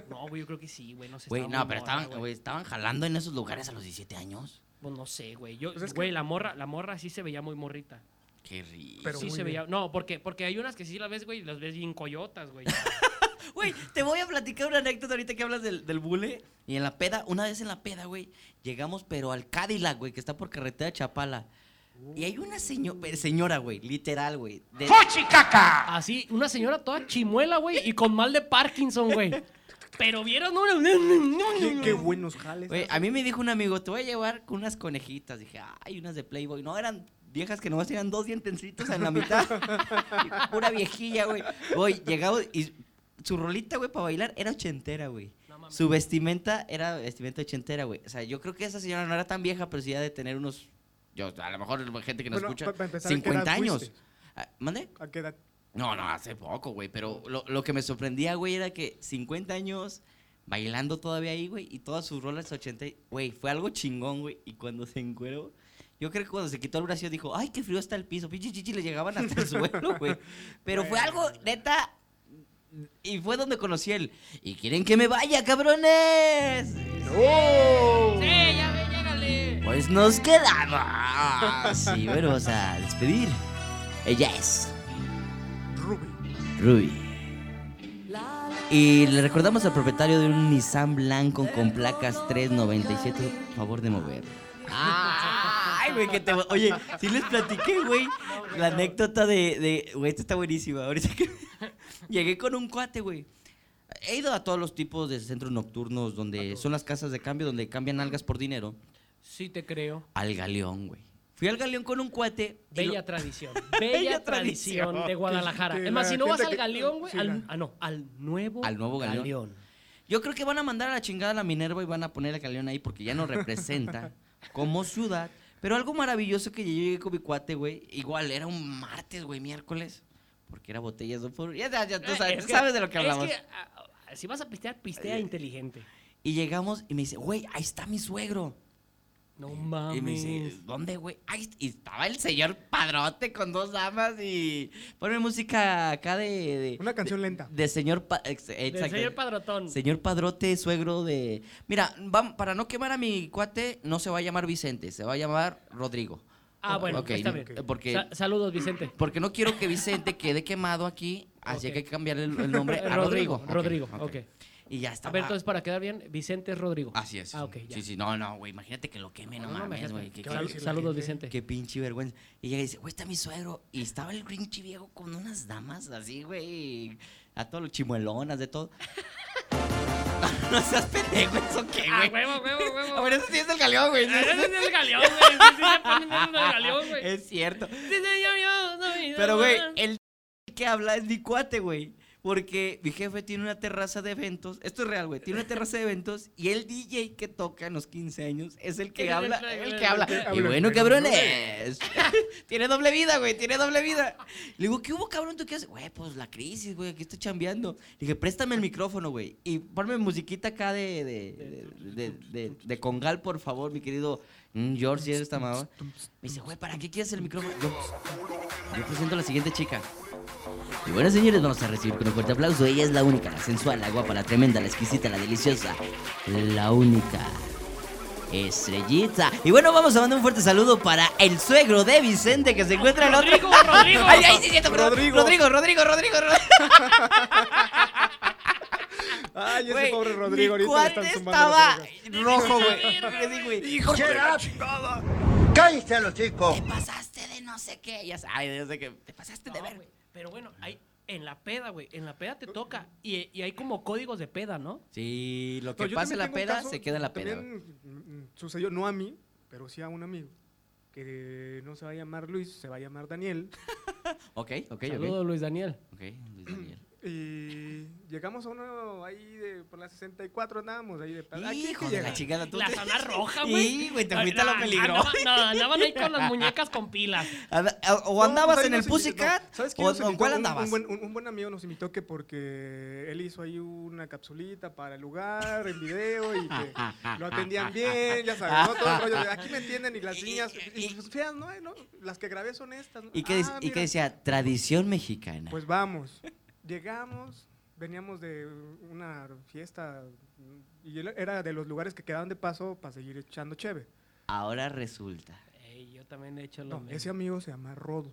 [SPEAKER 3] No, güey, yo creo que sí, güey, no sé.
[SPEAKER 1] Güey,
[SPEAKER 3] estaba
[SPEAKER 1] no,
[SPEAKER 3] muy
[SPEAKER 1] pero
[SPEAKER 3] morra,
[SPEAKER 1] estaban, güey, estaban jalando en esos lugares a los 17 años.
[SPEAKER 3] Pues no sé, güey. Yo,
[SPEAKER 2] Pues es que-
[SPEAKER 3] güey, la morra, la morra sí se veía muy morrita.
[SPEAKER 1] Qué rico.
[SPEAKER 2] Pero
[SPEAKER 3] sí
[SPEAKER 2] muy
[SPEAKER 3] se
[SPEAKER 2] bien.
[SPEAKER 3] veía. No, porque, porque hay unas que sí las ves, güey, y las ves bien coyotas, güey.
[SPEAKER 1] Güey, te voy a platicar una anécdota ahorita que hablas del, del bule. Y en la peda, una vez en la peda, güey, llegamos, pero al Cadillac, güey, que está por carretera de Chapala. Y hay una seño- eh, señora, güey, literal, güey. de-
[SPEAKER 3] Así, una señora toda chimuela, güey, y con mal de Parkinson, güey. Pero vieron una.
[SPEAKER 2] Qué, qué buenos jales.
[SPEAKER 1] Güey, a mí me dijo un amigo, te voy a llevar con unas conejitas. Dije, ay, unas de Playboy. No, eran viejas que nomás tenían dos dientencitos en la mitad. Y Pura viejilla, güey. Güey, llegamos y su rolita, güey, para bailar era ochentera, güey.
[SPEAKER 3] No mames.
[SPEAKER 1] su vestimenta era vestimenta ochentera, güey. O sea, yo creo que esa señora no era tan vieja, pero sí ha de tener unos, yo, a lo mejor gente que nos
[SPEAKER 2] Bueno,
[SPEAKER 1] escucha,
[SPEAKER 2] pa- pa empezar, ¿a qué
[SPEAKER 1] 50
[SPEAKER 2] edad
[SPEAKER 1] años.
[SPEAKER 2] fuiste?
[SPEAKER 1] Ah, ¿Mande?
[SPEAKER 2] ¿A qué edad?
[SPEAKER 1] No, no, hace poco, güey. Pero lo, lo que me sorprendía, güey, era que 50 años bailando todavía ahí, güey, y todas sus rolas 80. y- Güey, fue algo chingón, güey. Y cuando se encueró, yo creo que cuando se quitó el brazo dijo, ay, qué frío está el piso. Pinche chichi le llegaban hasta el suelo, güey. Pero fue algo, neta. Y fue donde conocí él. Y quieren que me vaya, cabrones.
[SPEAKER 3] ¡Sí, ya ve, llégale!
[SPEAKER 1] Pues nos quedamos. Sí, bueno, vamos a despedir. Ella es
[SPEAKER 2] Ruby.
[SPEAKER 1] Ruby. Y le recordamos al propietario de un Nissan blanco con placas 397, favor de mover. Ay, güey, que te... Oye, sí les platiqué, güey, la anécdota de... de- Güey, esta está buenísima. Ahorita que... Llegué con un cuate, güey. He ido a todos los tipos de centros nocturnos donde son las casas de cambio, donde cambian algas por dinero.
[SPEAKER 3] Sí, te creo.
[SPEAKER 1] Al galeón, güey. Fui al galeón con un cuate. y lo-
[SPEAKER 3] Bella tradición.
[SPEAKER 1] Bella tradición.
[SPEAKER 3] Bella tradición de Guadalajara.
[SPEAKER 2] Que- que
[SPEAKER 3] Es más,
[SPEAKER 2] la
[SPEAKER 3] si no vas
[SPEAKER 2] gente
[SPEAKER 3] al
[SPEAKER 2] que-
[SPEAKER 3] galeón, güey.
[SPEAKER 2] sí,
[SPEAKER 3] al-
[SPEAKER 2] la-
[SPEAKER 3] Ah, no, al nuevo.
[SPEAKER 1] Al nuevo Galeón. Yo creo que van a mandar a la chingada a la Minerva y van a poner a Galeón ahí porque ya no representa como ciudad. Pero algo maravilloso que yo llegué con mi cuate, güey. Igual, era un martes, güey, miércoles. Porque era botellas de por... Ya, ya, ya, tú
[SPEAKER 3] Eh,
[SPEAKER 1] sabes,
[SPEAKER 3] es
[SPEAKER 1] tú
[SPEAKER 3] que-
[SPEAKER 1] sabes de lo que hablamos.
[SPEAKER 3] Es que, ah, ah, si vas a pistear, pistea inteligente.
[SPEAKER 1] Y llegamos y me dice, güey, ahí está mi suegro.
[SPEAKER 3] No mames.
[SPEAKER 1] Y me dice, ¿dónde, güey? Ahí est- y estaba el señor padrote con dos damas y... Ponme música acá de... de-
[SPEAKER 2] Una canción lenta.
[SPEAKER 1] De señor... pa- ex-
[SPEAKER 3] Del
[SPEAKER 1] exacto.
[SPEAKER 3] señor Padrotón.
[SPEAKER 1] Señor padrote, suegro de... Mira, vam- para no quemar a mi cuate, no se va a llamar Vicente, se va a llamar Rodrigo.
[SPEAKER 3] Ah, bueno,
[SPEAKER 1] Ok,
[SPEAKER 3] está
[SPEAKER 1] no-
[SPEAKER 3] bien.
[SPEAKER 1] eh, Porque,
[SPEAKER 3] Sa- saludos, Vicente.
[SPEAKER 1] porque no quiero que Vicente quede quemado aquí, así
[SPEAKER 3] Ok.
[SPEAKER 1] que hay que cambiarle el, el nombre a
[SPEAKER 3] Rodrigo,
[SPEAKER 1] Rodrigo.
[SPEAKER 3] Rodrigo, ok.
[SPEAKER 1] Y ya está.
[SPEAKER 3] A ver, entonces, para quedar bien, Vicente es Rodrigo.
[SPEAKER 1] Ah. Así es.
[SPEAKER 3] Ah, ok, ya.
[SPEAKER 1] Sí, sí, no, no, güey, imagínate que lo queme, no,
[SPEAKER 3] No, no,
[SPEAKER 1] mames,
[SPEAKER 3] imagínate.
[SPEAKER 1] güey. que-
[SPEAKER 2] Qué
[SPEAKER 1] que-
[SPEAKER 2] mal-
[SPEAKER 3] Sal- saludos, Vicente.
[SPEAKER 1] Qué pinche vergüenza. Y ella dice, güey, está mi suegro. Y estaba el grinchi viejo con unas damas así, güey. A todos los chimuelonas, de todo. no, seas pendejo, ¿eso qué,
[SPEAKER 3] Ah,
[SPEAKER 1] güey?
[SPEAKER 3] huevo, huevo,
[SPEAKER 1] A
[SPEAKER 3] huevo.
[SPEAKER 1] ver, eso sí es el galeón, güey.
[SPEAKER 3] Ah, Ese es el galeón, güey. Sí, sí, ya ponen Ah, eso del galeón, güey.
[SPEAKER 1] Es cierto.
[SPEAKER 3] Sí, sí, ya, ya, ya, ya, ya,
[SPEAKER 1] Pero, güey,
[SPEAKER 3] ya.
[SPEAKER 1] el que habla es mi cuate, güey. Porque mi jefe tiene una terraza de eventos. Esto es real, güey. Tiene una terraza de eventos y el DJ que toca en los 15 años es el que
[SPEAKER 3] Es el
[SPEAKER 1] habla.
[SPEAKER 3] que-
[SPEAKER 1] El que habla.
[SPEAKER 2] que
[SPEAKER 1] Y
[SPEAKER 2] habla,
[SPEAKER 1] bueno,
[SPEAKER 2] pero
[SPEAKER 1] cabrones. tiene doble vida, güey. Tiene doble vida. Le digo, ¿qué hubo, cabrón? ¿Tú qué haces? Güey, pues la crisis, güey. Aquí estoy chambeando. Le dije, préstame el micrófono, güey. Y ponme musiquita acá de, de, de, de- de- de congal, por favor, mi querido mm, George. si eres esta mamá. Me dice, güey, ¿para qué quieres el micrófono? Yo, yo presento a la siguiente chica. Y bueno, señores, vamos a recibir con un fuerte aplauso. Ella es la única, la sensual, la guapa, la tremenda, la exquisita, la deliciosa. La única. Estrellita. Y bueno, vamos a mandar un fuerte saludo para el suegro de Vicente que se encuentra en
[SPEAKER 3] Rodrigo,
[SPEAKER 1] otro.
[SPEAKER 3] Rodrigo.
[SPEAKER 1] Ay, ay, sí, es cierto, perdón.
[SPEAKER 2] Rodrigo.
[SPEAKER 1] Rodrigo, Rodrigo, Rodrigo, Rodrigo.
[SPEAKER 2] Ay, ese
[SPEAKER 1] Güey,
[SPEAKER 2] pobre Rodrigo
[SPEAKER 1] mi
[SPEAKER 2] ahorita le
[SPEAKER 1] cuate
[SPEAKER 2] están zumbando las
[SPEAKER 1] estaba
[SPEAKER 2] orejas.
[SPEAKER 1] rojo, güey. Sí, güey.
[SPEAKER 4] ¡Cállate a los chicos!
[SPEAKER 1] Te pasaste de no sé qué. Ya sabes, ay, yo sé que te pasaste de
[SPEAKER 3] No,
[SPEAKER 1] ver.
[SPEAKER 3] güey, Pero bueno, hay, en la peda, güey. En la peda te toca. Y, y hay como códigos de peda, ¿no?
[SPEAKER 1] Sí, lo
[SPEAKER 2] No,
[SPEAKER 1] que
[SPEAKER 2] yo
[SPEAKER 1] pasa en
[SPEAKER 2] también
[SPEAKER 1] la
[SPEAKER 2] tengo un
[SPEAKER 1] peda
[SPEAKER 2] caso,
[SPEAKER 1] se queda en la peda. güey.
[SPEAKER 2] También mm, mm, sucedió, no a mí, pero sí a un amigo. Que no se va a llamar Luis, se va a llamar Daniel.
[SPEAKER 1] Ok, ok,
[SPEAKER 3] Saludos,
[SPEAKER 1] ok.
[SPEAKER 3] Luis Daniel.
[SPEAKER 1] Ok, Luis Daniel.
[SPEAKER 2] Y llegamos a uno ahí de, por la 64, andábamos ahí de peda. Aquí hay que
[SPEAKER 1] Hijo de la
[SPEAKER 2] llegar.
[SPEAKER 1] chingada, tú.
[SPEAKER 3] La
[SPEAKER 1] te-
[SPEAKER 3] zona roja,
[SPEAKER 1] Sí,
[SPEAKER 3] güey.
[SPEAKER 1] güey, te
[SPEAKER 3] Ay,
[SPEAKER 1] fuiste a lo
[SPEAKER 3] no,
[SPEAKER 1] peligroso.
[SPEAKER 3] andaba- No, andaban ahí con las muñecas con pilas.
[SPEAKER 1] Anda- O
[SPEAKER 2] No,
[SPEAKER 1] andabas
[SPEAKER 2] pues ahí
[SPEAKER 1] en el
[SPEAKER 2] nos invitó-
[SPEAKER 1] Pussycat,
[SPEAKER 2] ¿sabes quién
[SPEAKER 1] o
[SPEAKER 2] nos
[SPEAKER 1] o en
[SPEAKER 2] invitó?
[SPEAKER 1] cuál
[SPEAKER 2] Un-
[SPEAKER 1] andabas.
[SPEAKER 2] Un buen, un- un buen amigo nos invitó que porque él hizo ahí una capsulita para el lugar, el video, y que lo atendían bien, ya sabes, ¿no? Todo el rollo de, aquí me entienden, y las
[SPEAKER 1] Y-
[SPEAKER 2] niñas,
[SPEAKER 1] y-
[SPEAKER 2] y, pues, feas, ¿no? Eh, ¿no? Las que grabé son estas, ¿no?
[SPEAKER 1] ¿Y qué, dec-
[SPEAKER 2] Ah,
[SPEAKER 1] y qué
[SPEAKER 2] mira.
[SPEAKER 1] decía? Tradición mexicana.
[SPEAKER 2] Pues vamos, llegamos, veníamos de una fiesta, y él era de los lugares que quedaban de paso para seguir echando cheve.
[SPEAKER 1] Ahora resulta.
[SPEAKER 3] Ey, yo también he hecho lo
[SPEAKER 2] No,
[SPEAKER 3] mismo.
[SPEAKER 2] ese amigo se llama Rodo,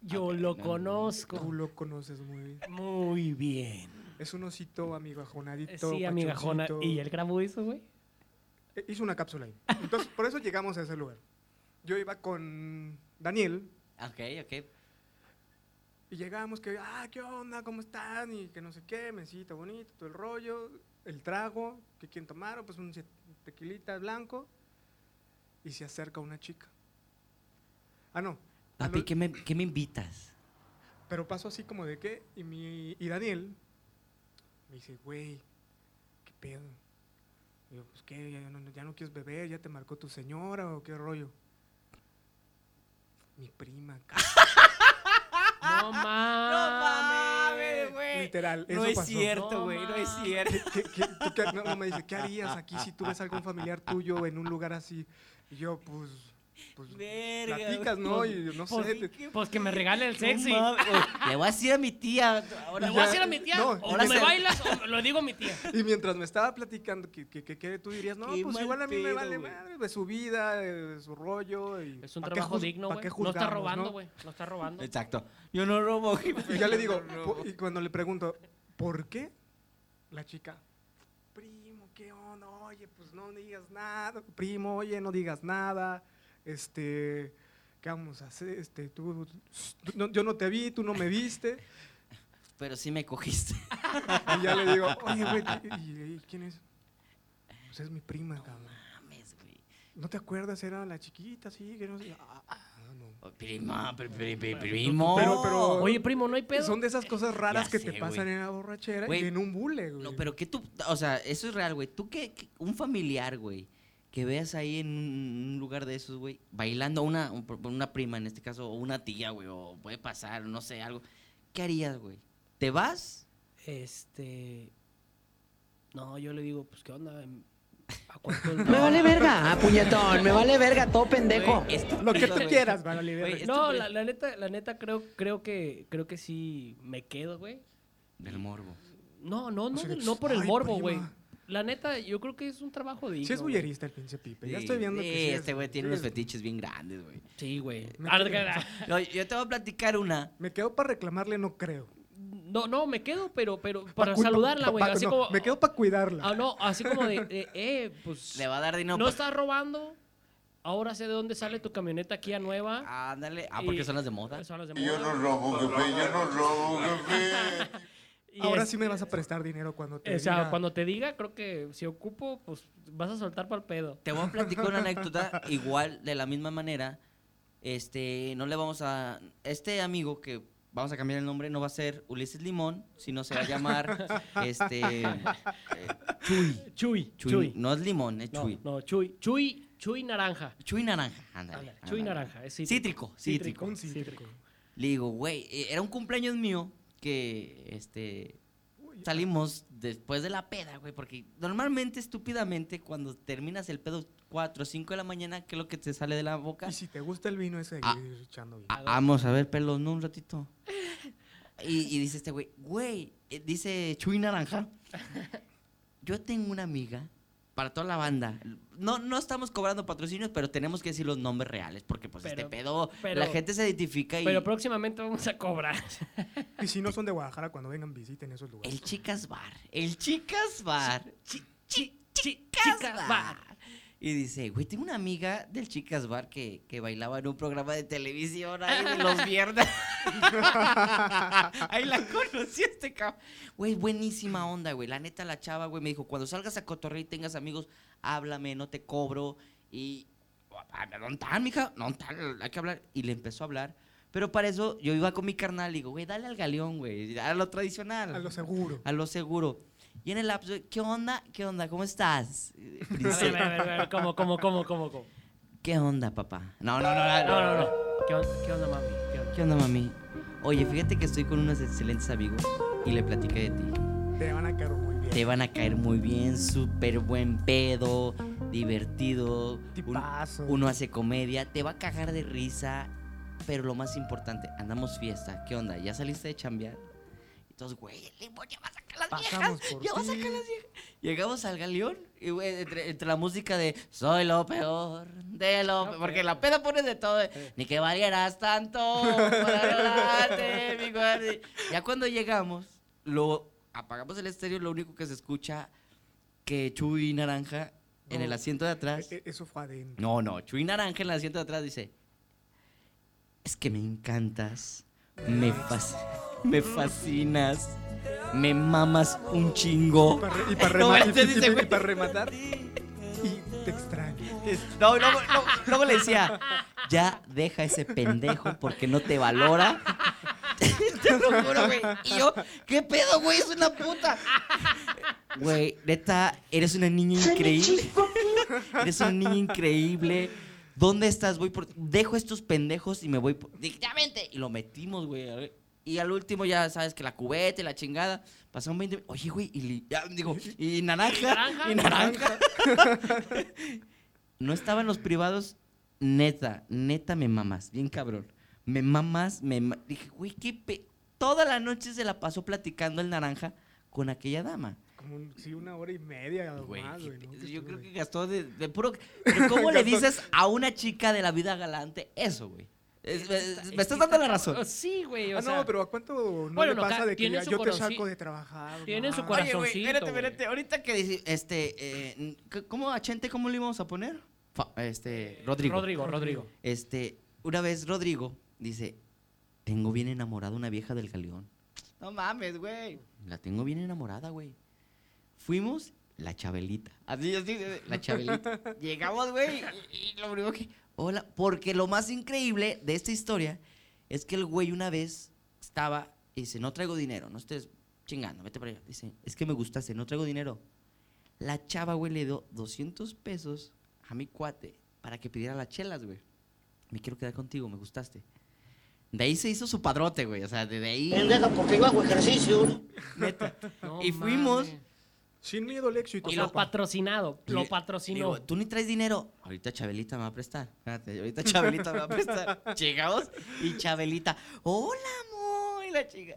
[SPEAKER 3] Yo
[SPEAKER 1] Ok,
[SPEAKER 3] lo
[SPEAKER 1] no, no, no.
[SPEAKER 2] tú
[SPEAKER 3] conozco.
[SPEAKER 2] lo conoces muy bien.
[SPEAKER 3] Muy bien.
[SPEAKER 2] Es un osito amigajonadito.
[SPEAKER 3] Eh, Sí, amiga Jona.
[SPEAKER 2] pachoncito.
[SPEAKER 3] ¿Y él grabó eso, güey?
[SPEAKER 2] Eh, Hizo una cápsula ahí. Entonces, por eso llegamos a ese lugar. Yo iba con Daniel
[SPEAKER 1] Ok, ok.
[SPEAKER 2] y llegamos que, ah, ¿qué onda? ¿Cómo están? Y que no sé qué, mesita bonito, todo el rollo, el trago, que quieren tomar, pues un tequilita blanco. Y se acerca una chica. Ah, no. a
[SPEAKER 1] Papi,
[SPEAKER 2] lo-
[SPEAKER 1] ¿qué me, qué me invitas?
[SPEAKER 2] Pero pasó así como de qué. Y, mi, y Daniel me dice, güey, ¿qué pedo? Y yo, pues qué, ya no, ya no quieres beber, ya te marcó tu señora o qué rollo. Mi prima,
[SPEAKER 1] Ah,
[SPEAKER 2] cabrón.
[SPEAKER 3] No mames.
[SPEAKER 1] güey.
[SPEAKER 2] literal.
[SPEAKER 1] No
[SPEAKER 2] eso
[SPEAKER 1] es
[SPEAKER 2] pasó.
[SPEAKER 1] cierto,
[SPEAKER 3] No
[SPEAKER 1] güey, no es
[SPEAKER 3] mames.
[SPEAKER 1] cierto.
[SPEAKER 2] ¿Qué- qué- tú qué- no, no, me dice, ¿qué harías aquí si tú ves a algún familiar tuyo en un lugar así? Y yo, pues, pues
[SPEAKER 1] Verga,
[SPEAKER 2] platicas,
[SPEAKER 1] güey.
[SPEAKER 2] ¿no? Y yo, no sé.
[SPEAKER 3] Pues,
[SPEAKER 2] te-
[SPEAKER 3] pues que me regale el
[SPEAKER 1] No
[SPEAKER 3] sexy.
[SPEAKER 1] mames, güey. Le voy a decir a mi tía. Ahora
[SPEAKER 3] Le voy a
[SPEAKER 2] Ya,
[SPEAKER 3] decir a mi tía,
[SPEAKER 2] no,
[SPEAKER 3] o
[SPEAKER 1] ya
[SPEAKER 3] me
[SPEAKER 1] sé.
[SPEAKER 3] bailas o lo digo a mi tía.
[SPEAKER 2] Y mientras me estaba platicando que, que, que- que tú dirías, no,
[SPEAKER 1] Qué
[SPEAKER 2] pues
[SPEAKER 1] mal
[SPEAKER 2] igual a mí me
[SPEAKER 1] pedo,
[SPEAKER 2] vale
[SPEAKER 1] güey.
[SPEAKER 2] madre de su vida, de, de su rollo. y
[SPEAKER 3] Es un
[SPEAKER 2] ¿pa' qué
[SPEAKER 3] trabajo
[SPEAKER 2] juz-
[SPEAKER 3] digno,
[SPEAKER 2] pa'
[SPEAKER 3] güey.
[SPEAKER 2] qué
[SPEAKER 3] No está
[SPEAKER 2] juzgamos,
[SPEAKER 3] robando, güey. No está robando.
[SPEAKER 1] Exacto. Yo no robo. güey.
[SPEAKER 2] Y ya le digo, po- y cuando le pregunto, ¿por qué? La chica, primo, ¿qué onda? Oye, pues no digas nada. Primo, oye, no digas nada. Este, ¿qué vamos a hacer? Este, tú, tú- no- yo no te vi, tú no me viste.
[SPEAKER 1] Pero sí me cogiste.
[SPEAKER 2] Y ya le digo, oye, güey, ¿y, y- y quién es? Pues es mi prima, cabrón.
[SPEAKER 1] Mames, güey.
[SPEAKER 2] ¿No te acuerdas? Era la chiquita, sí, que no sé. Ah, ah, ah, no.
[SPEAKER 1] Oh, Prima, pri- pri- pri- primo.
[SPEAKER 2] Pero- pero-
[SPEAKER 3] Oye, primo, no hay pedo.
[SPEAKER 2] Son de esas cosas
[SPEAKER 3] eh,
[SPEAKER 2] raras
[SPEAKER 1] Ya
[SPEAKER 2] que
[SPEAKER 1] sé,
[SPEAKER 2] te pasan
[SPEAKER 1] güey.
[SPEAKER 2] en la borrachera
[SPEAKER 1] Güey,
[SPEAKER 2] y en un bule, güey.
[SPEAKER 1] No, pero que tú, o sea, eso es real, güey. Tú que, que un familiar, güey, que veas ahí en un, un lugar de esos, güey, bailando a una, un- por- por una prima en este caso, o una tía, güey, o puede pasar, no sé, algo. ¿Qué harías, güey? ¿Te vas?
[SPEAKER 3] Este. No, yo le digo, pues, ¿qué onda? Em, ¿A cuánto el-
[SPEAKER 6] Me vale verga, ah, puñetón. Me vale verga, todo pendejo.
[SPEAKER 1] Güey, estúpido,
[SPEAKER 2] Lo que tú
[SPEAKER 1] güey.
[SPEAKER 2] quieras, vale,
[SPEAKER 1] Güey,
[SPEAKER 2] verga.
[SPEAKER 3] No,
[SPEAKER 1] estúpido.
[SPEAKER 3] la, la neta, la neta creo, creo que creo que sí me quedo, güey.
[SPEAKER 1] Del morbo.
[SPEAKER 3] No, no, no,
[SPEAKER 2] sea,
[SPEAKER 3] no por el
[SPEAKER 2] ay,
[SPEAKER 3] morbo, güey.
[SPEAKER 2] prima.
[SPEAKER 3] La neta, yo creo que es un trabajo digno.
[SPEAKER 2] Sí es
[SPEAKER 3] güey.
[SPEAKER 2] bullerista el pinche Pipe. ya estoy viendo
[SPEAKER 1] Sí,
[SPEAKER 2] que sí es-
[SPEAKER 1] este güey tiene
[SPEAKER 2] sí
[SPEAKER 1] unos
[SPEAKER 2] es-
[SPEAKER 1] fetiches bien grandes, güey.
[SPEAKER 3] Sí, güey.
[SPEAKER 2] Me
[SPEAKER 3] Ah,
[SPEAKER 2] quedo.
[SPEAKER 1] No, yo te voy a platicar una.
[SPEAKER 2] Me quedo para reclamarle, no creo.
[SPEAKER 3] No, no, me quedo, pero, pero
[SPEAKER 2] Pa'
[SPEAKER 3] para
[SPEAKER 2] cu- pa-
[SPEAKER 3] saludarla,
[SPEAKER 2] pa-
[SPEAKER 3] güey.
[SPEAKER 2] pa-
[SPEAKER 3] Así
[SPEAKER 2] no,
[SPEAKER 3] como.
[SPEAKER 2] Me quedo para cuidarla.
[SPEAKER 3] Ah, no, así como de, de, eh, pues.
[SPEAKER 1] Le va a dar dinero.
[SPEAKER 3] no
[SPEAKER 1] pa-
[SPEAKER 3] estás robando. Ahora sé de dónde sale tu camioneta aquí a nueva.
[SPEAKER 1] Ándale. Ah, porque
[SPEAKER 3] Y-
[SPEAKER 1] son las de moda.
[SPEAKER 3] Son las de
[SPEAKER 5] Y Yo no
[SPEAKER 3] moda.
[SPEAKER 5] robo, jefe, yo no robo, jefe.
[SPEAKER 3] Y
[SPEAKER 2] Ahora
[SPEAKER 3] es-
[SPEAKER 2] sí me vas a prestar dinero cuando te
[SPEAKER 3] O sea,
[SPEAKER 2] diga-
[SPEAKER 3] cuando te diga, creo que si ocupo, pues vas a soltar para el pedo.
[SPEAKER 1] Te voy a platicar una anécdota igual, de la misma manera. Este, no le vamos a. Este amigo que vamos a cambiar el nombre, no va a ser Ulises Limón, sino se va a llamar este eh, Chuy.
[SPEAKER 3] Chuy.
[SPEAKER 1] Chuy. No es limón, es
[SPEAKER 3] No,
[SPEAKER 1] Chuy.
[SPEAKER 3] no, Chuy. Chuy, Chuy naranja.
[SPEAKER 1] Chuy naranja, ándale.
[SPEAKER 3] Ándale, Chuy
[SPEAKER 1] ándale.
[SPEAKER 3] naranja, es
[SPEAKER 1] cítrico.
[SPEAKER 3] cítrico.
[SPEAKER 1] Cítrico,
[SPEAKER 2] Un
[SPEAKER 3] cítrico.
[SPEAKER 2] cítrico.
[SPEAKER 1] Le digo, güey, eh, era un cumpleaños mío que este salimos después de la peda, güey, porque normalmente estúpidamente cuando terminas el pedo 4 o 5 de la mañana, ¿qué es lo que te sale de la boca?
[SPEAKER 2] Y si te gusta el vino, es seguir
[SPEAKER 1] Ah.
[SPEAKER 2] echando vino.
[SPEAKER 1] Ah, vamos a ver pelos, ¿no? Un ratito. Y, y dice este güey, güey, eh, dice Chuy Naranja, yo tengo una amiga para toda la banda. No, no estamos cobrando patrocinios, pero tenemos que decir los nombres reales, porque pues este
[SPEAKER 3] Pero-
[SPEAKER 1] pedo,
[SPEAKER 3] pero-
[SPEAKER 1] la gente se identifica y
[SPEAKER 3] Pero próximamente vamos a cobrar.
[SPEAKER 2] Y si no son de Guadalajara, cuando vengan, visiten esos lugares.
[SPEAKER 1] el Chicas Bar, el Chicas Bar, chi- chi- Chicas, Bar.
[SPEAKER 3] Chicas Bar.
[SPEAKER 1] Y dice, güey, tengo una amiga del Chicas Bar que, que bailaba en un programa de televisión ahí de los viernes. Ahí la conocí este cabrón. Güey, buenísima onda, güey. La neta, la chava, güey, me dijo, cuando salgas a cotorrear y tengas amigos, háblame, no te cobro. Y, ¿dónde están, mija? No están, hay que hablar. Y le empezó a hablar. Pero para eso yo iba con mi carnal y digo, güey, dale al galeón, güey, a lo tradicional.
[SPEAKER 2] A lo seguro.
[SPEAKER 1] A lo seguro. Y en el lapso, ¿qué onda? ¿Qué onda? ¿Cómo estás? Eh,
[SPEAKER 3] A ver,
[SPEAKER 1] príncipe.
[SPEAKER 3] a ver, a ver, ¿cómo, cómo, cómo, cómo, cómo?
[SPEAKER 1] ¿Qué onda, papá? No, no, no, no,
[SPEAKER 3] No,
[SPEAKER 1] no.
[SPEAKER 3] no, no. ¿Qué, on- qué onda, mami? ¿Qué onda?
[SPEAKER 1] ¿Qué onda, mami? Oye, fíjate que estoy con unos excelentes amigos y le platiqué de ti.
[SPEAKER 2] Te van a quedar muy bien.
[SPEAKER 1] Te van a caer muy bien, súper buen pedo, divertido. un-
[SPEAKER 2] Tipazo.
[SPEAKER 1] uno hace comedia, te va a cagar de risa, pero lo más importante, andamos fiesta. ¿Qué onda? ¿Ya saliste de chambear? Entonces, güey, limón, ya vas a sacar las
[SPEAKER 2] Pasamos
[SPEAKER 1] viejas.
[SPEAKER 2] por
[SPEAKER 1] Ya vas a sacar las viejas. Llegamos al galeón y, güey, entre, entre la música de Soy lo peor, de lo peor", Porque la peda pone de todo. de, Ni que valieras tanto. para adorarte, mi güey". ya cuando llegamos, lo apagamos el estéreo, lo único que se escucha que Chuy Naranja en
[SPEAKER 2] No.
[SPEAKER 1] el asiento de
[SPEAKER 2] E-
[SPEAKER 1] atrás.
[SPEAKER 2] e- Eso fue adentro.
[SPEAKER 1] No, no, Chuy Naranja en el asiento de atrás dice, es que me encantas, me, fas- me fascinas, me mamas un
[SPEAKER 2] Y
[SPEAKER 1] chingo.
[SPEAKER 2] para, re- y para
[SPEAKER 1] No,
[SPEAKER 2] remar- y-
[SPEAKER 1] este
[SPEAKER 2] y-
[SPEAKER 1] dice,
[SPEAKER 2] y- y
[SPEAKER 1] güey.
[SPEAKER 2] para rematar, y te extraño.
[SPEAKER 1] No, y luego, luego- luego le decía, ya deja ese pendejo porque no te valora. Te lo juro, güey. Y yo, ¿qué pedo, güey? Es una puta. Güey, neta, eres una niña increíble. Eres una niña increíble. ¿Dónde estás? Voy por... Dejo estos pendejos y me voy por... Dije, ya vente. Y lo metimos, güey. a ver. Y al último ya sabes que la cubeta y la chingada. Pasaron 20... mi- Oye, güey, y... li- ya, digo, y naranja.
[SPEAKER 3] Naranja.
[SPEAKER 1] Y naranja. no estaba en los privados. Neta, neta me mamas. Bien cabrón. Me mamas, me... ma- Dije, güey, qué... pe-". Toda la noche se la pasó platicando el naranja con aquella dama.
[SPEAKER 2] Como un- sí, una hora y media o
[SPEAKER 1] Güey,
[SPEAKER 2] más,
[SPEAKER 1] qué
[SPEAKER 2] güey. ¿no?
[SPEAKER 1] pedo.
[SPEAKER 2] Que
[SPEAKER 1] yo
[SPEAKER 2] tú,
[SPEAKER 1] creo que
[SPEAKER 2] güey.
[SPEAKER 1] gastó de, de puro... Pero ¿Cómo le
[SPEAKER 2] Gastó-
[SPEAKER 1] dices a una chica de la vida galante eso, güey? Es- me, me estás
[SPEAKER 3] que
[SPEAKER 1] dando la
[SPEAKER 3] está-
[SPEAKER 1] razón.
[SPEAKER 3] Oh, Sí, güey, o
[SPEAKER 2] Ah,
[SPEAKER 3] sea,
[SPEAKER 2] no, pero ¿a cuánto no
[SPEAKER 3] Bueno,
[SPEAKER 2] le
[SPEAKER 3] no,
[SPEAKER 2] pasa
[SPEAKER 3] ca-
[SPEAKER 2] de que
[SPEAKER 3] tiene
[SPEAKER 2] ya-
[SPEAKER 3] su
[SPEAKER 2] yo te
[SPEAKER 3] corazón-
[SPEAKER 2] saco de trabajar? Ah,
[SPEAKER 3] tiene su
[SPEAKER 2] ma?
[SPEAKER 3] corazón.
[SPEAKER 1] Oye, güey,
[SPEAKER 3] corazoncito,
[SPEAKER 1] espérate,
[SPEAKER 3] güey.
[SPEAKER 1] espérate. Ahorita que dice, este, eh, c- ¿cómo a Chente cómo le íbamos a poner? Fa- este, Rodrigo.
[SPEAKER 3] Rodrigo, Rodrigo.
[SPEAKER 1] Este, una vez Rodrigo dice, tengo bien enamorada una vieja del galeón. No mames, güey. La tengo bien enamorada, güey. Fuimos la Chabelita. Así, así, así, la Chabelita. Llegamos, güey, y, y lo único que... Hola, porque lo más increíble de esta historia es que el güey una vez estaba y dice, no traigo dinero, no estés chingando, vete para allá. Dice, es que me gustaste, no traigo dinero. La chava, güey, le dio 200 pesos a mi cuate para que pidiera las chelas, güey. Me quiero quedar contigo, me gustaste. De ahí se hizo su padrote, güey. O sea, de de ahí.
[SPEAKER 6] porque yo hago ejercicio.
[SPEAKER 1] neta.
[SPEAKER 3] No
[SPEAKER 1] y fuimos.
[SPEAKER 3] mames.
[SPEAKER 2] Sin miedo al éxito.
[SPEAKER 3] O sea,
[SPEAKER 2] papá.
[SPEAKER 3] patrocinado.
[SPEAKER 1] Y
[SPEAKER 3] Lo
[SPEAKER 1] le- le
[SPEAKER 3] patrocinó.
[SPEAKER 1] digo, Tú ni traes dinero. Ahorita Chabelita me va a prestar. Espérate, ahorita Chabelita me va a prestar. Llegamos y Chabelita. Hola, amor. Y la chica.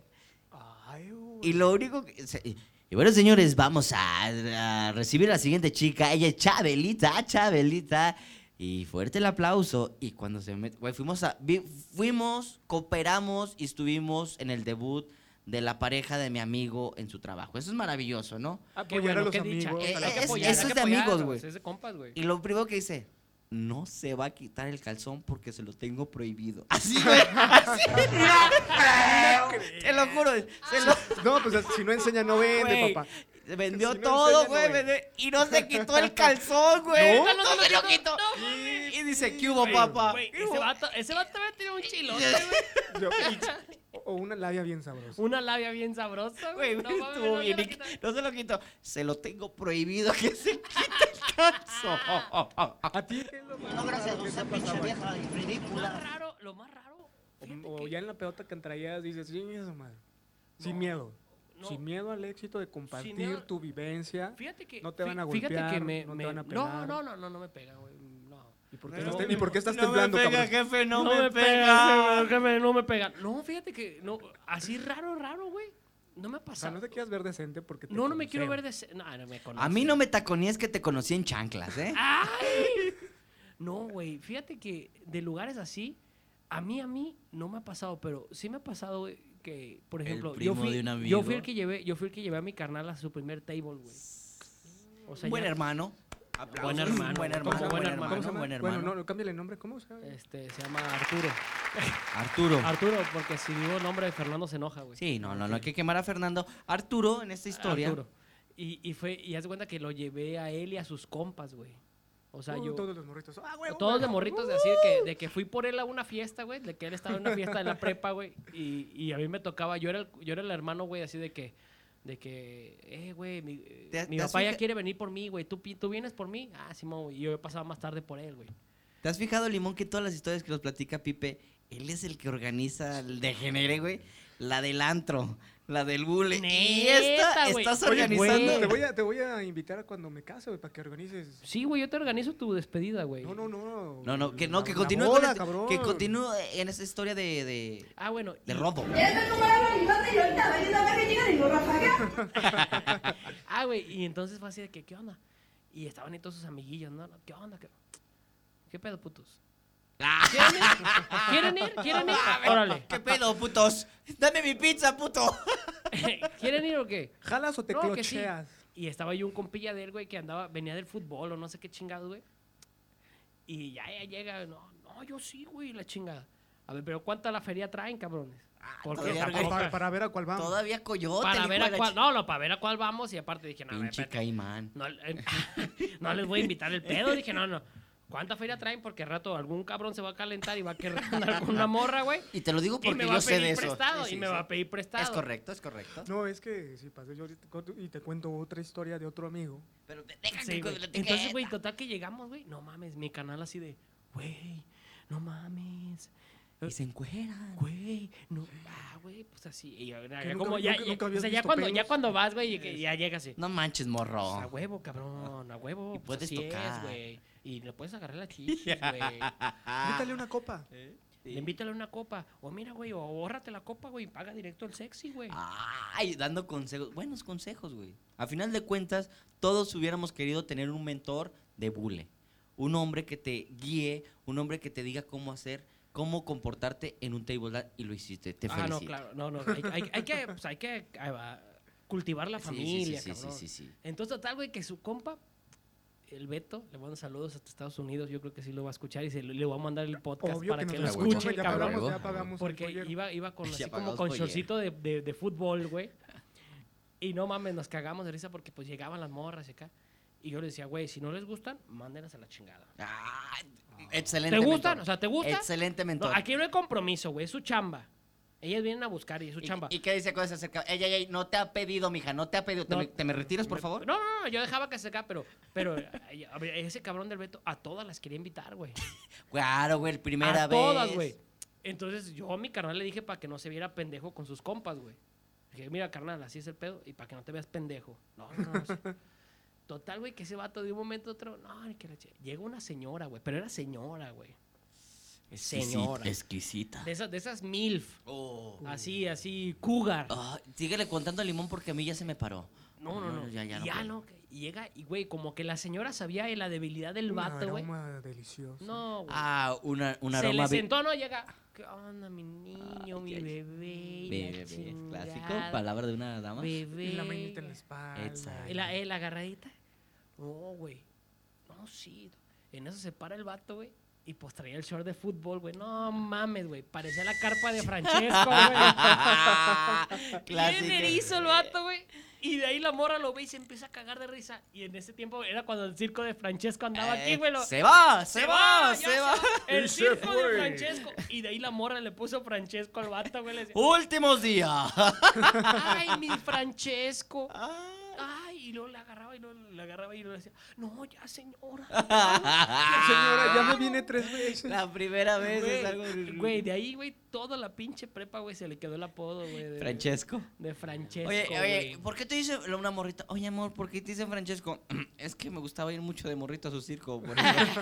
[SPEAKER 2] Ay, güey.
[SPEAKER 1] Y lo único que. se- y- y bueno, señores, vamos a, a recibir a la siguiente chica. Ella es Chabelita, Chabelita. Y fuerte el aplauso. Y cuando se met- güey, fuimos a. vi- fuimos, cooperamos y estuvimos en el debut de la pareja de mi amigo en su trabajo. Eso es maravilloso, ¿no?
[SPEAKER 3] Qué
[SPEAKER 2] Ah, Apoyar a
[SPEAKER 3] bueno,
[SPEAKER 2] los
[SPEAKER 3] qué dicha.
[SPEAKER 2] amigos.
[SPEAKER 1] Eh,
[SPEAKER 3] Ojalá que
[SPEAKER 1] es-
[SPEAKER 3] apoyaran,
[SPEAKER 1] eso es
[SPEAKER 3] que
[SPEAKER 1] de amigos,
[SPEAKER 3] apoyaran,
[SPEAKER 1] güey.
[SPEAKER 3] Es de compas, güey.
[SPEAKER 1] Y lo primero que dice, no se va a quitar el calzón porque se lo tengo prohibido. Así, güey. Así. Te lo juro. Se lo... Ah,
[SPEAKER 2] No, pues si no enseña, no vende,
[SPEAKER 1] Güey,
[SPEAKER 2] papá.
[SPEAKER 1] vendió
[SPEAKER 2] Si no,
[SPEAKER 1] todo,
[SPEAKER 2] enséñalo,
[SPEAKER 1] güey.
[SPEAKER 2] güey.
[SPEAKER 1] vendió- Y no se quitó el calzón, güey.
[SPEAKER 2] ¿No?
[SPEAKER 1] No, se lo quitó. y dice, ¿qué hubo, papá?
[SPEAKER 3] Güey,
[SPEAKER 1] ¿Qué hubo?
[SPEAKER 3] ese vato, ese vato también tiene un chilote, güey.
[SPEAKER 2] Yo- o- o una labia bien sabrosa.
[SPEAKER 3] Una labia bien sabrosa,
[SPEAKER 1] Güey,
[SPEAKER 3] güey. No, mames,
[SPEAKER 1] estuvo
[SPEAKER 3] no se
[SPEAKER 1] bien
[SPEAKER 3] la
[SPEAKER 1] y-
[SPEAKER 3] quita.
[SPEAKER 1] No se lo quitó. Se lo tengo prohibido que se quite el calzón.
[SPEAKER 2] ¿A ti qué es lo más
[SPEAKER 6] No, gracias,
[SPEAKER 2] raro que
[SPEAKER 6] no
[SPEAKER 2] te
[SPEAKER 6] sea
[SPEAKER 2] ha
[SPEAKER 6] pinche
[SPEAKER 2] pasado?
[SPEAKER 6] vieja y
[SPEAKER 3] Lo
[SPEAKER 6] ridícula.
[SPEAKER 3] más raro, lo más raro. fíjate
[SPEAKER 2] O, o
[SPEAKER 3] que-
[SPEAKER 2] ya en la pelota que traías dices, "Sí, eso, madre". Sin miedo.
[SPEAKER 3] no.
[SPEAKER 2] Sin miedo al éxito de compartir
[SPEAKER 3] miedo-
[SPEAKER 2] tu vivencia.
[SPEAKER 3] Fíjate que.
[SPEAKER 2] No te van a
[SPEAKER 3] fí- fíjate
[SPEAKER 2] golpear,
[SPEAKER 3] que me,
[SPEAKER 2] no te
[SPEAKER 3] me-
[SPEAKER 2] van a
[SPEAKER 3] No,
[SPEAKER 2] pegar.
[SPEAKER 3] no, no, no, no me pegan, güey. No.
[SPEAKER 2] ¿Y por qué,
[SPEAKER 1] No,
[SPEAKER 2] estás, te-
[SPEAKER 1] no,
[SPEAKER 2] y por qué estás
[SPEAKER 1] no
[SPEAKER 2] temblando,
[SPEAKER 1] me pega,
[SPEAKER 2] cabrón?
[SPEAKER 1] jefe, no, me,
[SPEAKER 3] pegan,
[SPEAKER 1] pega.
[SPEAKER 3] jefe, no me pegan. No, fíjate que. No, así raro, raro, güey. No me ha
[SPEAKER 2] O sea,
[SPEAKER 3] pasado.
[SPEAKER 2] no te quieras ver decente porque te
[SPEAKER 3] No, no me quiero ver
[SPEAKER 2] conocen.
[SPEAKER 3] de. ce- No, no me
[SPEAKER 1] A mí no me taconías que te conocí en chanclas, ¿eh?
[SPEAKER 3] Ah, ¡Ay! No, güey, fíjate que de lugares así, a mí, a mí, no me ha pasado, pero sí me ha pasado güey, que, por
[SPEAKER 1] El
[SPEAKER 3] ejemplo,
[SPEAKER 1] primo
[SPEAKER 3] yo, fui,
[SPEAKER 1] de un
[SPEAKER 3] yo fui
[SPEAKER 1] amigo.
[SPEAKER 3] el que llevé, yo fui el que llevé a mi carnal a su primer table, güey. O sea,
[SPEAKER 1] Buen
[SPEAKER 3] ya-
[SPEAKER 1] hermano. Aplausos.
[SPEAKER 3] Buen hermano,
[SPEAKER 1] Buen
[SPEAKER 3] ¿cómo se
[SPEAKER 1] hermano, buen
[SPEAKER 3] llama? ¿Cómo se
[SPEAKER 1] hermano,
[SPEAKER 3] llama?
[SPEAKER 1] buen
[SPEAKER 2] Bueno,
[SPEAKER 1] hermano.
[SPEAKER 2] no, cámbiale el nombre, ¿cómo se llama?
[SPEAKER 3] este, se llama Arturo.
[SPEAKER 1] Arturo.
[SPEAKER 3] Arturo, porque si digo el nombre de Fernando se enoja, güey.
[SPEAKER 1] Sí, no, no, no hay que quemar a Fernando. Arturo, en esta historia.
[SPEAKER 3] Arturo. Y, y fue, y haz de cuenta que lo llevé a él y a sus compas, güey. O sea,
[SPEAKER 2] Uh,
[SPEAKER 3] yo.
[SPEAKER 2] Todos los morritos. "Ah, huevo,
[SPEAKER 3] Todos de
[SPEAKER 2] huevo".
[SPEAKER 3] morritos, de así, de que, de que fui por él a una fiesta, güey, de que él estaba en una fiesta de la prepa, güey, y, y a mí me tocaba, yo era el, yo era el hermano, güey, así de que, de que, eh, güey, mi, eh,
[SPEAKER 1] ¿Te-
[SPEAKER 3] mi
[SPEAKER 1] te has
[SPEAKER 3] papá ya
[SPEAKER 1] fija-
[SPEAKER 3] quiere venir por mí, güey, ¿Tú, pi- ¿tú vienes por mí? Ah, Simón, güey, y yo pasaba más tarde por él, güey.
[SPEAKER 1] ¿Te has fijado, Limón, que todas las historias que nos platica Pipe, él es el que organiza el degenere, güey? La del antro, la del bule. y
[SPEAKER 3] Neta,
[SPEAKER 1] esta,
[SPEAKER 3] güey.
[SPEAKER 1] estás
[SPEAKER 3] Oye,
[SPEAKER 1] organizando.
[SPEAKER 3] güey.
[SPEAKER 2] Te voy, a, te voy a invitar a cuando me case, güey, para que organices.
[SPEAKER 3] Sí, güey, yo te organizo tu despedida, güey.
[SPEAKER 2] No, no, no.
[SPEAKER 1] No, no, que no, que
[SPEAKER 2] la
[SPEAKER 1] continúe con
[SPEAKER 2] boda,
[SPEAKER 1] este-
[SPEAKER 2] cabrón.
[SPEAKER 1] que continúe en esa historia de, de,
[SPEAKER 3] Ah, bueno.
[SPEAKER 1] de
[SPEAKER 3] y-
[SPEAKER 1] robo.
[SPEAKER 8] Eres ver cómo hablan mis bandas y ahorita valiendo a ver que llega y lo rafaga.
[SPEAKER 3] Ah, güey, y entonces fue así de que, ¿qué onda? Y estaban ahí todos sus amiguillos, ¿no? ¿Qué onda? ¿Qué, qué pedo, putos? ¿Quieren ir? ¿Quieren ir? ¿Quieren ir? Órale.
[SPEAKER 1] ¿Qué pedo, putos? Dame mi pizza, puto.
[SPEAKER 3] ¿Quieren ir o qué?
[SPEAKER 2] ¿Jalas o te
[SPEAKER 3] No, que sí.
[SPEAKER 2] clocheas?
[SPEAKER 3] Y estaba yo un compilla de él, güey, que andaba, venía del fútbol o no sé qué chingado, güey. Y ya, ya llega, no, no, yo sí, güey, la chingada. A ver, pero ¿cuánta la feria traen, cabrones? Porque
[SPEAKER 1] todavía
[SPEAKER 3] tampoco-
[SPEAKER 2] Para, para ver a
[SPEAKER 3] Ah.
[SPEAKER 2] cuál vamos.
[SPEAKER 1] Todavía coyote. el
[SPEAKER 3] para
[SPEAKER 1] hijo
[SPEAKER 3] ver
[SPEAKER 1] de
[SPEAKER 3] a
[SPEAKER 1] la
[SPEAKER 3] cuál,
[SPEAKER 1] chi-
[SPEAKER 3] no, no, para ver a cuál vamos y aparte dije, no, a ver,
[SPEAKER 1] Pinche
[SPEAKER 3] espérate,
[SPEAKER 1] caimán.
[SPEAKER 3] no, eh, no les voy a invitar el pedo, dije, no, no. ¿Cuánta feria traen? Porque al rato algún cabrón se va a calentar y va a querer andar con una morra, güey.
[SPEAKER 1] Y te lo digo
[SPEAKER 3] Y
[SPEAKER 1] porque
[SPEAKER 3] me va a
[SPEAKER 1] yo sé de
[SPEAKER 3] pedir
[SPEAKER 1] eso.
[SPEAKER 3] prestado,
[SPEAKER 1] Sí, sí,
[SPEAKER 3] y me
[SPEAKER 1] sí.
[SPEAKER 3] va a pedir prestado.
[SPEAKER 1] Es correcto, es correcto.
[SPEAKER 2] No, es que si pasé yo ahorita con- y te cuento otra historia de otro amigo.
[SPEAKER 1] Pero te deja
[SPEAKER 3] Sí,
[SPEAKER 1] que
[SPEAKER 3] güey.
[SPEAKER 1] la etiqueta.
[SPEAKER 3] Entonces, güey, total que llegamos, güey. No mames, mi canal así de, güey, no mames.
[SPEAKER 1] Y se encueran.
[SPEAKER 3] Güey, no, ah, güey, pues así. Y yo, ya
[SPEAKER 2] nunca-
[SPEAKER 3] como ya,
[SPEAKER 2] nunca-
[SPEAKER 3] ya-
[SPEAKER 2] nunca
[SPEAKER 3] o
[SPEAKER 2] habías
[SPEAKER 3] sea, ya
[SPEAKER 2] visto
[SPEAKER 3] cuando, ya
[SPEAKER 2] pelos.
[SPEAKER 3] cuando vas, güey, y que ya llegas así.
[SPEAKER 1] No manches,
[SPEAKER 3] pues, a
[SPEAKER 1] morro.
[SPEAKER 3] huevo, cabrón, a huevo.
[SPEAKER 1] Y
[SPEAKER 3] pues
[SPEAKER 1] puedes
[SPEAKER 3] así es,
[SPEAKER 1] tocar.
[SPEAKER 3] güey. Y le puedes agarrar la chicha, güey.
[SPEAKER 1] Ah.
[SPEAKER 2] Invítale una copa.
[SPEAKER 3] Eh, Le invítale una copa. O mira, güey, o bórrate la copa, güey, y paga directo el sexy, güey.
[SPEAKER 1] Ah, Ay, dando consejos. Buenos consejos, güey. A final de cuentas, todos hubiéramos querido tener un mentor de bule. Un hombre que te guíe, un hombre que te diga cómo hacer, cómo comportarte en un table dance, y lo hiciste. Te
[SPEAKER 3] ah,
[SPEAKER 1] felicito.
[SPEAKER 3] no, claro. No, no, hay, hay- hay que, pues, hay que ah, cultivar la
[SPEAKER 1] Sí,
[SPEAKER 3] familia,
[SPEAKER 1] sí, sí, sí,
[SPEAKER 3] cabrón.
[SPEAKER 1] sí, sí, sí.
[SPEAKER 3] Entonces, total, güey, que su compa, el Beto, le mando saludos hasta Estados Unidos. Yo creo que sí lo va a escuchar y se, le voy a mandar el podcast
[SPEAKER 2] Obvio
[SPEAKER 3] para
[SPEAKER 2] que,
[SPEAKER 3] que, lo
[SPEAKER 2] nos
[SPEAKER 1] escuche,
[SPEAKER 3] escuche,
[SPEAKER 2] escuchan, ya
[SPEAKER 3] el
[SPEAKER 1] cabrón.
[SPEAKER 2] pagamos,
[SPEAKER 1] Huevo.
[SPEAKER 2] ya pagamos. el
[SPEAKER 3] Porque
[SPEAKER 2] pollero.
[SPEAKER 3] iba, iba con
[SPEAKER 1] Ya
[SPEAKER 3] así como
[SPEAKER 1] pagamos
[SPEAKER 3] con
[SPEAKER 1] pollero.
[SPEAKER 3] shortcito de, de- de fútbol, güey. Y no mames, nos cagamos de risa porque pues llegaban las morras y acá. Y yo le decía, güey, si no les gustan, mándenlas a la chingada.
[SPEAKER 1] Ah, excelente.
[SPEAKER 3] ¿Te gustan?
[SPEAKER 1] mentor.
[SPEAKER 3] O sea, ¿te gustan?
[SPEAKER 1] Excelente mentor.
[SPEAKER 3] No, aquí no hay compromiso, güey, es su chamba. Ellas vienen a buscar y es su
[SPEAKER 1] ¿Y,
[SPEAKER 3] chamba.
[SPEAKER 1] ¿Y qué dice cuando se acerca? Ey, ey, ey, no te ha pedido, mija, no te ha pedido. ¿Te,
[SPEAKER 3] No.
[SPEAKER 1] me, te me retiras, por favor?
[SPEAKER 3] No, no, no, yo dejaba que se acá, pero, pero ay, a ver, ese cabrón del Beto a todas las quería invitar, güey.
[SPEAKER 1] Claro, güey, primera
[SPEAKER 3] a
[SPEAKER 1] vez.
[SPEAKER 3] todas, güey. Entonces yo a mi carnal le dije para que no se viera pendejo con sus compas, güey. Dije, mira, carnal, así es el pedo y para que no te veas pendejo. No, no, no. sí. Total, güey, que ese vato de un momento a otro, no, ni que la ch- Llega una señora, güey, pero era señora, güey. Señora.
[SPEAKER 1] Exquisita.
[SPEAKER 3] De esas, de esas MILF.
[SPEAKER 1] Oh.
[SPEAKER 3] Así, así, cougar.
[SPEAKER 1] Ah, síguele contando al limón porque a mí ya se me paró.
[SPEAKER 3] No, no, no.
[SPEAKER 1] Ya, ya,
[SPEAKER 3] Y ya
[SPEAKER 1] puedo.
[SPEAKER 3] no. que- y llega y, güey, como que la señora sabía de la debilidad del
[SPEAKER 2] Un
[SPEAKER 3] vato, güey.
[SPEAKER 2] aroma delicioso.
[SPEAKER 3] No, güey.
[SPEAKER 1] Ah, una, un
[SPEAKER 3] se
[SPEAKER 1] aroma.
[SPEAKER 3] le
[SPEAKER 1] vi-
[SPEAKER 3] sentó, no llega. ¿Qué onda, mi niño, mi
[SPEAKER 1] ya, ya.
[SPEAKER 3] bebé? y la
[SPEAKER 1] Bebé, clásico,
[SPEAKER 3] chingada,
[SPEAKER 1] palabra de una dama.
[SPEAKER 3] Bebé.
[SPEAKER 2] Y la manita en la espalda.
[SPEAKER 1] Exacto.
[SPEAKER 3] ¿Y la, eh, la agarradita? No, güey. No, sí. En eso se para el vato, güey. Y pues traía el short de fútbol, güey. No mames, güey. Parecía la carpa de Francesco, güey.
[SPEAKER 1] Clásico.
[SPEAKER 3] Bien erizo el vato, güey. Y de ahí la morra lo ve y se empieza a cagar de risa. Y en ese tiempo era cuando el circo de Francesco andaba
[SPEAKER 1] Eh,
[SPEAKER 3] aquí, güey. lo-
[SPEAKER 1] Se va,
[SPEAKER 3] ¡Se
[SPEAKER 1] se va,
[SPEAKER 3] ya
[SPEAKER 1] se va.
[SPEAKER 3] El
[SPEAKER 2] Y se
[SPEAKER 3] circo de
[SPEAKER 2] fue.
[SPEAKER 3] Francesco. Y de ahí la morra le puso Francesco al vato, güey. Le decía,
[SPEAKER 1] Últimos días.
[SPEAKER 3] ¡Ay, mi Francesco! ¡Ay! Y luego le agarraba y luego le agarraba y luego le decía, no, ya, señora.
[SPEAKER 1] Ah,
[SPEAKER 2] Señora, ya me viene tres veces.
[SPEAKER 1] La primera vez es algo.
[SPEAKER 3] Güey, güey, de ahí, güey, toda la pinche prepa, güey, se le quedó el apodo, güey. de-
[SPEAKER 1] Francesco.
[SPEAKER 3] De Francesco.
[SPEAKER 1] Oye, oye,
[SPEAKER 3] güey.
[SPEAKER 1] ¿por qué te dice una morrita? Oye, amor, ¿por qué te dicen Francesco? Es que me gustaba ir mucho de morrito a su circo. por eso".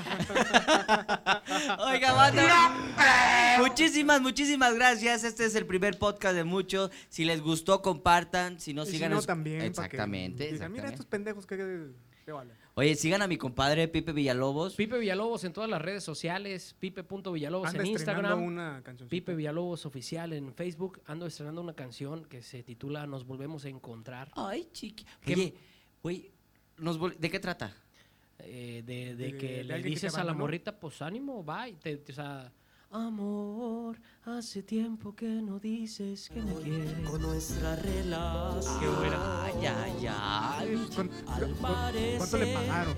[SPEAKER 1] Oiga, banda. Muchísimas, muchísimas gracias. Este es el primer podcast de muchos. Si les gustó, compartan. Si no,
[SPEAKER 2] Y si
[SPEAKER 1] sigan.
[SPEAKER 2] no,
[SPEAKER 1] escu-
[SPEAKER 2] también. para que
[SPEAKER 1] Exactamente.
[SPEAKER 2] digan,
[SPEAKER 1] exactamente.
[SPEAKER 2] Mira estos pendejos que te vale.
[SPEAKER 1] Oye, sigan a mi compadre Pipe Villalobos.
[SPEAKER 3] Pipe Villalobos en todas las redes sociales, pipe.villalobos
[SPEAKER 2] Anda
[SPEAKER 3] en
[SPEAKER 2] estrenando
[SPEAKER 3] Instagram,
[SPEAKER 2] una canción.
[SPEAKER 3] Pipe Villalobos oficial en Facebook. Ando estrenando una canción que se titula Nos volvemos a encontrar.
[SPEAKER 1] Ay, chiqui.
[SPEAKER 3] ¿Qué-
[SPEAKER 1] Oye, güey, nos vol- ¿de qué trata?
[SPEAKER 3] eh, de, de
[SPEAKER 2] De-
[SPEAKER 3] que
[SPEAKER 2] de
[SPEAKER 3] le
[SPEAKER 2] alguien que te
[SPEAKER 3] dices a la
[SPEAKER 2] abandonó.
[SPEAKER 3] morrita, pues ánimo, bye. Te, te- o sea, amor, hace tiempo que no dices que me quieres. Con nuestra relación. Qué buena.
[SPEAKER 1] Ay, ay, ay.
[SPEAKER 2] ¿Cuánto le pagaron?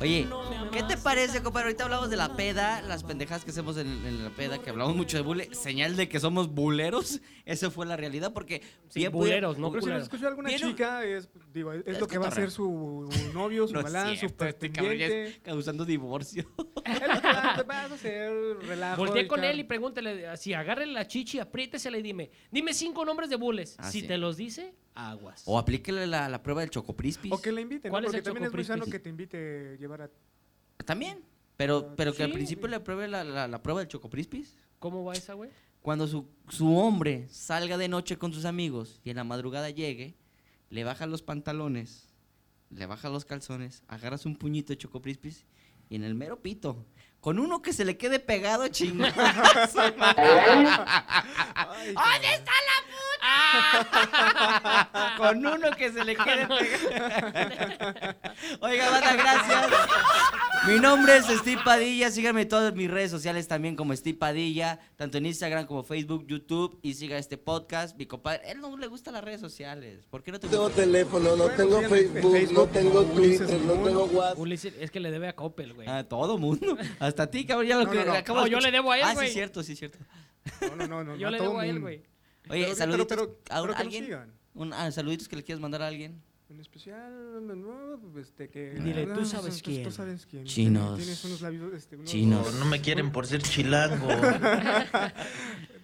[SPEAKER 1] Oye, ¿qué te parece, compadre? Ahorita hablamos de la peda, las pendejadas que hacemos en, en la peda, que hablamos mucho de bule. Señal de que somos buleros. Esa fue la realidad, porque.
[SPEAKER 3] Sí,
[SPEAKER 1] bien
[SPEAKER 3] buleros,
[SPEAKER 1] pudi-
[SPEAKER 3] no
[SPEAKER 2] Pero si nos
[SPEAKER 3] culero.
[SPEAKER 2] escuchó alguna
[SPEAKER 1] ¿Vieron?
[SPEAKER 2] chica, es, digo, es,
[SPEAKER 1] Es
[SPEAKER 2] lo que va a
[SPEAKER 1] cotorreo.
[SPEAKER 2] ser su novio, su
[SPEAKER 1] No es
[SPEAKER 2] galán, su
[SPEAKER 1] cierto, este cabrón ya es
[SPEAKER 2] pretendiente.
[SPEAKER 1] causando divorcio.
[SPEAKER 2] Es lo que va- va a hacer relajo.
[SPEAKER 3] Volteé con
[SPEAKER 2] echar-
[SPEAKER 3] él y pregúntele, así, agarre la chichi, apriétesela y dime, dime cinco nombres de bules.
[SPEAKER 1] Ah,
[SPEAKER 3] si
[SPEAKER 1] sí.
[SPEAKER 3] te los dice, aguas.
[SPEAKER 1] O aplíquele la, la prueba del chocoprispis.
[SPEAKER 2] O que le inviten, ¿no?
[SPEAKER 3] ¿Cuál es
[SPEAKER 2] porque
[SPEAKER 3] el
[SPEAKER 2] también es muy
[SPEAKER 3] chocoprispis?
[SPEAKER 2] sano que te invite a llevar a...
[SPEAKER 1] También. Pero, pero que al
[SPEAKER 3] Sí.
[SPEAKER 1] principio le apruebe la, la- la prueba del chocoprispis.
[SPEAKER 3] ¿Cómo va esa, güey?
[SPEAKER 1] Cuando su, su hombre salga de noche con sus amigos y en la madrugada llegue, le baja los pantalones, le baja los calzones, agarras un puñito de chocoprispis y en el mero pito, con uno que se le quede pegado, chingada. su madre.
[SPEAKER 2] Ay,
[SPEAKER 1] ¿Dónde está la puta? Ah. con uno que se le quede pegado. Oiga, banda, gracias. Mi nombre es Steve Padilla. Síganme en todas mis redes sociales también como Steve Padilla, tanto en Instagram como Facebook, YouTube. Y siga este podcast. Mi compadre, él no le gustan las redes sociales. ¿Por qué no te
[SPEAKER 4] No tengo
[SPEAKER 1] gusta?
[SPEAKER 4] teléfono, no
[SPEAKER 2] Bueno,
[SPEAKER 4] tengo
[SPEAKER 2] síganme en
[SPEAKER 4] Facebook, no
[SPEAKER 2] Facebook
[SPEAKER 4] tengo
[SPEAKER 2] como Ulises
[SPEAKER 4] Twitter, no
[SPEAKER 2] Mundo.
[SPEAKER 4] tengo WhatsApp.
[SPEAKER 3] Ulises, es que le debe a Coppel, güey.
[SPEAKER 2] Ah,
[SPEAKER 1] A Ah, todo mundo. Hasta a ti, cabrón. Ya lo
[SPEAKER 2] No,
[SPEAKER 1] que
[SPEAKER 2] no, no.
[SPEAKER 1] acabo
[SPEAKER 3] No,
[SPEAKER 1] de
[SPEAKER 3] yo le
[SPEAKER 1] escuchar.
[SPEAKER 3] debo a él,
[SPEAKER 1] Ah,
[SPEAKER 3] güey.
[SPEAKER 1] sí, cierto, sí, cierto.
[SPEAKER 2] No, no, no, no.
[SPEAKER 3] Yo
[SPEAKER 2] a
[SPEAKER 3] le
[SPEAKER 2] todo
[SPEAKER 3] debo a él,
[SPEAKER 2] mundo.
[SPEAKER 3] güey.
[SPEAKER 1] Oye,
[SPEAKER 2] Pero que-
[SPEAKER 1] saluditos
[SPEAKER 2] pero- pero-
[SPEAKER 1] a un-
[SPEAKER 2] pero que nos
[SPEAKER 1] alguien.
[SPEAKER 2] sigan.
[SPEAKER 1] Un, ah, saluditos que le quieras mandar a alguien.
[SPEAKER 2] En especial, no, este, que...
[SPEAKER 3] Dile,
[SPEAKER 2] Ah,
[SPEAKER 3] tú sabes
[SPEAKER 2] tú-
[SPEAKER 3] quién.
[SPEAKER 2] Tú sabes quién.
[SPEAKER 1] Chinos.
[SPEAKER 2] Tienes unos labios, este, unos-
[SPEAKER 1] Chinos.
[SPEAKER 9] No me quieren por ser chilango.
[SPEAKER 2] eh,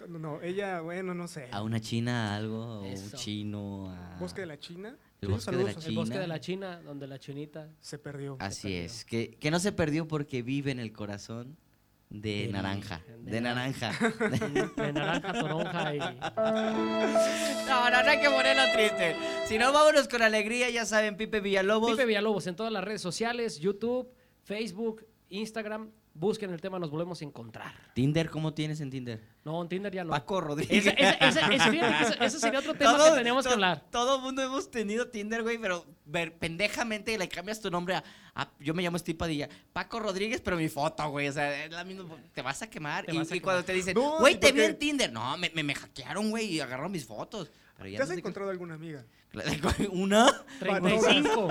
[SPEAKER 2] No, no, ella, bueno, no sé.
[SPEAKER 1] A una china, algo. o un
[SPEAKER 3] Eso.
[SPEAKER 1] chino. A...
[SPEAKER 2] Bosque de la China.
[SPEAKER 1] El Bosque
[SPEAKER 2] Sí,
[SPEAKER 1] de la
[SPEAKER 2] saludos a-
[SPEAKER 3] El bosque
[SPEAKER 1] China.
[SPEAKER 3] de la China, donde la chinita.
[SPEAKER 2] Se perdió. se
[SPEAKER 1] Así
[SPEAKER 2] perdió.
[SPEAKER 1] es, que, que no se perdió porque vive en el corazón de
[SPEAKER 3] Del-
[SPEAKER 1] naranja,
[SPEAKER 3] de
[SPEAKER 1] de
[SPEAKER 3] naranja.
[SPEAKER 1] naranja.
[SPEAKER 3] De naranja, toronja y.
[SPEAKER 1] No, no, no hay que ponerlo triste. Si no, vámonos con alegría, ya saben, Pipe Villalobos.
[SPEAKER 3] Pipe Villalobos en todas las redes sociales: YouTube, Facebook, Instagram. Busquen el tema, nos volvemos a encontrar.
[SPEAKER 1] Tinder, ¿cómo tienes en Tinder?
[SPEAKER 3] No, en Tinder ya no.
[SPEAKER 1] Paco Rodríguez.
[SPEAKER 3] Esa- esa- esa- esa- fíjate que esa- ese sería otro tema
[SPEAKER 1] Todos-
[SPEAKER 3] que teníamos que
[SPEAKER 1] to-
[SPEAKER 3] hablar.
[SPEAKER 1] Todo mundo hemos tenido Tinder, güey, pero ver, pendejamente le cambias tu nombre a, a- Yo me llamo Steve Padilla. Paco Rodríguez, pero mi foto, güey. O sea, es la misma. Te vas a quemar.
[SPEAKER 3] Te
[SPEAKER 1] y
[SPEAKER 3] vas a
[SPEAKER 1] y cuando te
[SPEAKER 3] quemar.
[SPEAKER 1] dicen,
[SPEAKER 2] No,
[SPEAKER 1] güey,
[SPEAKER 2] ¿y
[SPEAKER 1] te
[SPEAKER 2] por
[SPEAKER 1] vi
[SPEAKER 2] qué?
[SPEAKER 1] en Tinder. No, me, me, me hackearon, güey, y agarraron mis fotos. Pero ya
[SPEAKER 2] ¿Te has
[SPEAKER 1] no sé qué-
[SPEAKER 2] encontrado alguna amiga?
[SPEAKER 1] ¿Una?
[SPEAKER 3] 35.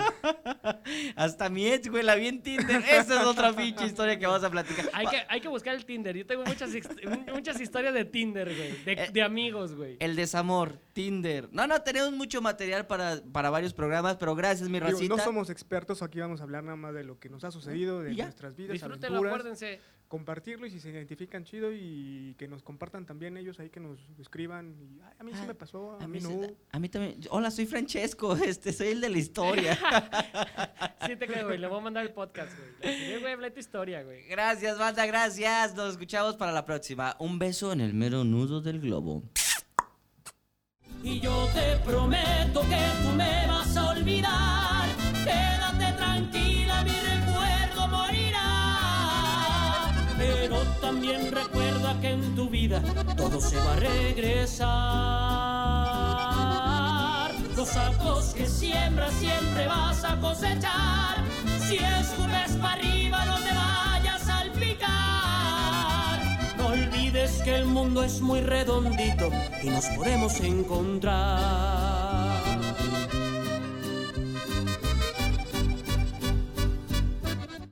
[SPEAKER 1] Hasta Mietz, güey, la vi en Tinder. Esa es otra pinche historia que vamos a platicar.
[SPEAKER 3] Hay que, hay que buscar el Tinder. Yo tengo muchas, hist- muchas historias de Tinder, güey. De,
[SPEAKER 1] Eh,
[SPEAKER 3] de amigos, güey.
[SPEAKER 1] El desamor, Tinder. No, no, tenemos mucho material para, para varios programas, pero gracias, mi
[SPEAKER 2] Digo,
[SPEAKER 1] racita.
[SPEAKER 2] no somos expertos, aquí vamos a hablar nada más de lo que nos ha sucedido, de
[SPEAKER 1] Y ya.
[SPEAKER 2] nuestras vidas,
[SPEAKER 3] Disfrútenlo,
[SPEAKER 2] aventuras,
[SPEAKER 3] acuérdense.
[SPEAKER 2] compartirlo y si se identifican chido y que nos compartan también ellos ahí que nos escriban. y, "Ay, a mí sí
[SPEAKER 1] Ah,
[SPEAKER 2] me pasó, a,
[SPEAKER 1] A
[SPEAKER 2] mí,
[SPEAKER 1] mí, se-
[SPEAKER 2] no.
[SPEAKER 1] a mí también. Hola, soy Francesco, este, soy el de la historia.
[SPEAKER 3] Sí te creo, güey. Le voy a mandar el podcast, güey. Yo, güey, hablé tu historia, güey.
[SPEAKER 1] gracias, banda, gracias. Nos escuchamos para la próxima. Un beso en el mero nudo del globo.
[SPEAKER 10] Y yo te prometo que tú me vas a olvidar. Quédate tranquila, mi recuerdo morirá. Pero también recuerda que en tu vida todo se va a regresar. Los sacos que siembras siempre vas a cosechar. Si escupes para arriba, no te vayas a salpicar. No olvides que el mundo es muy redondito y nos podemos encontrar.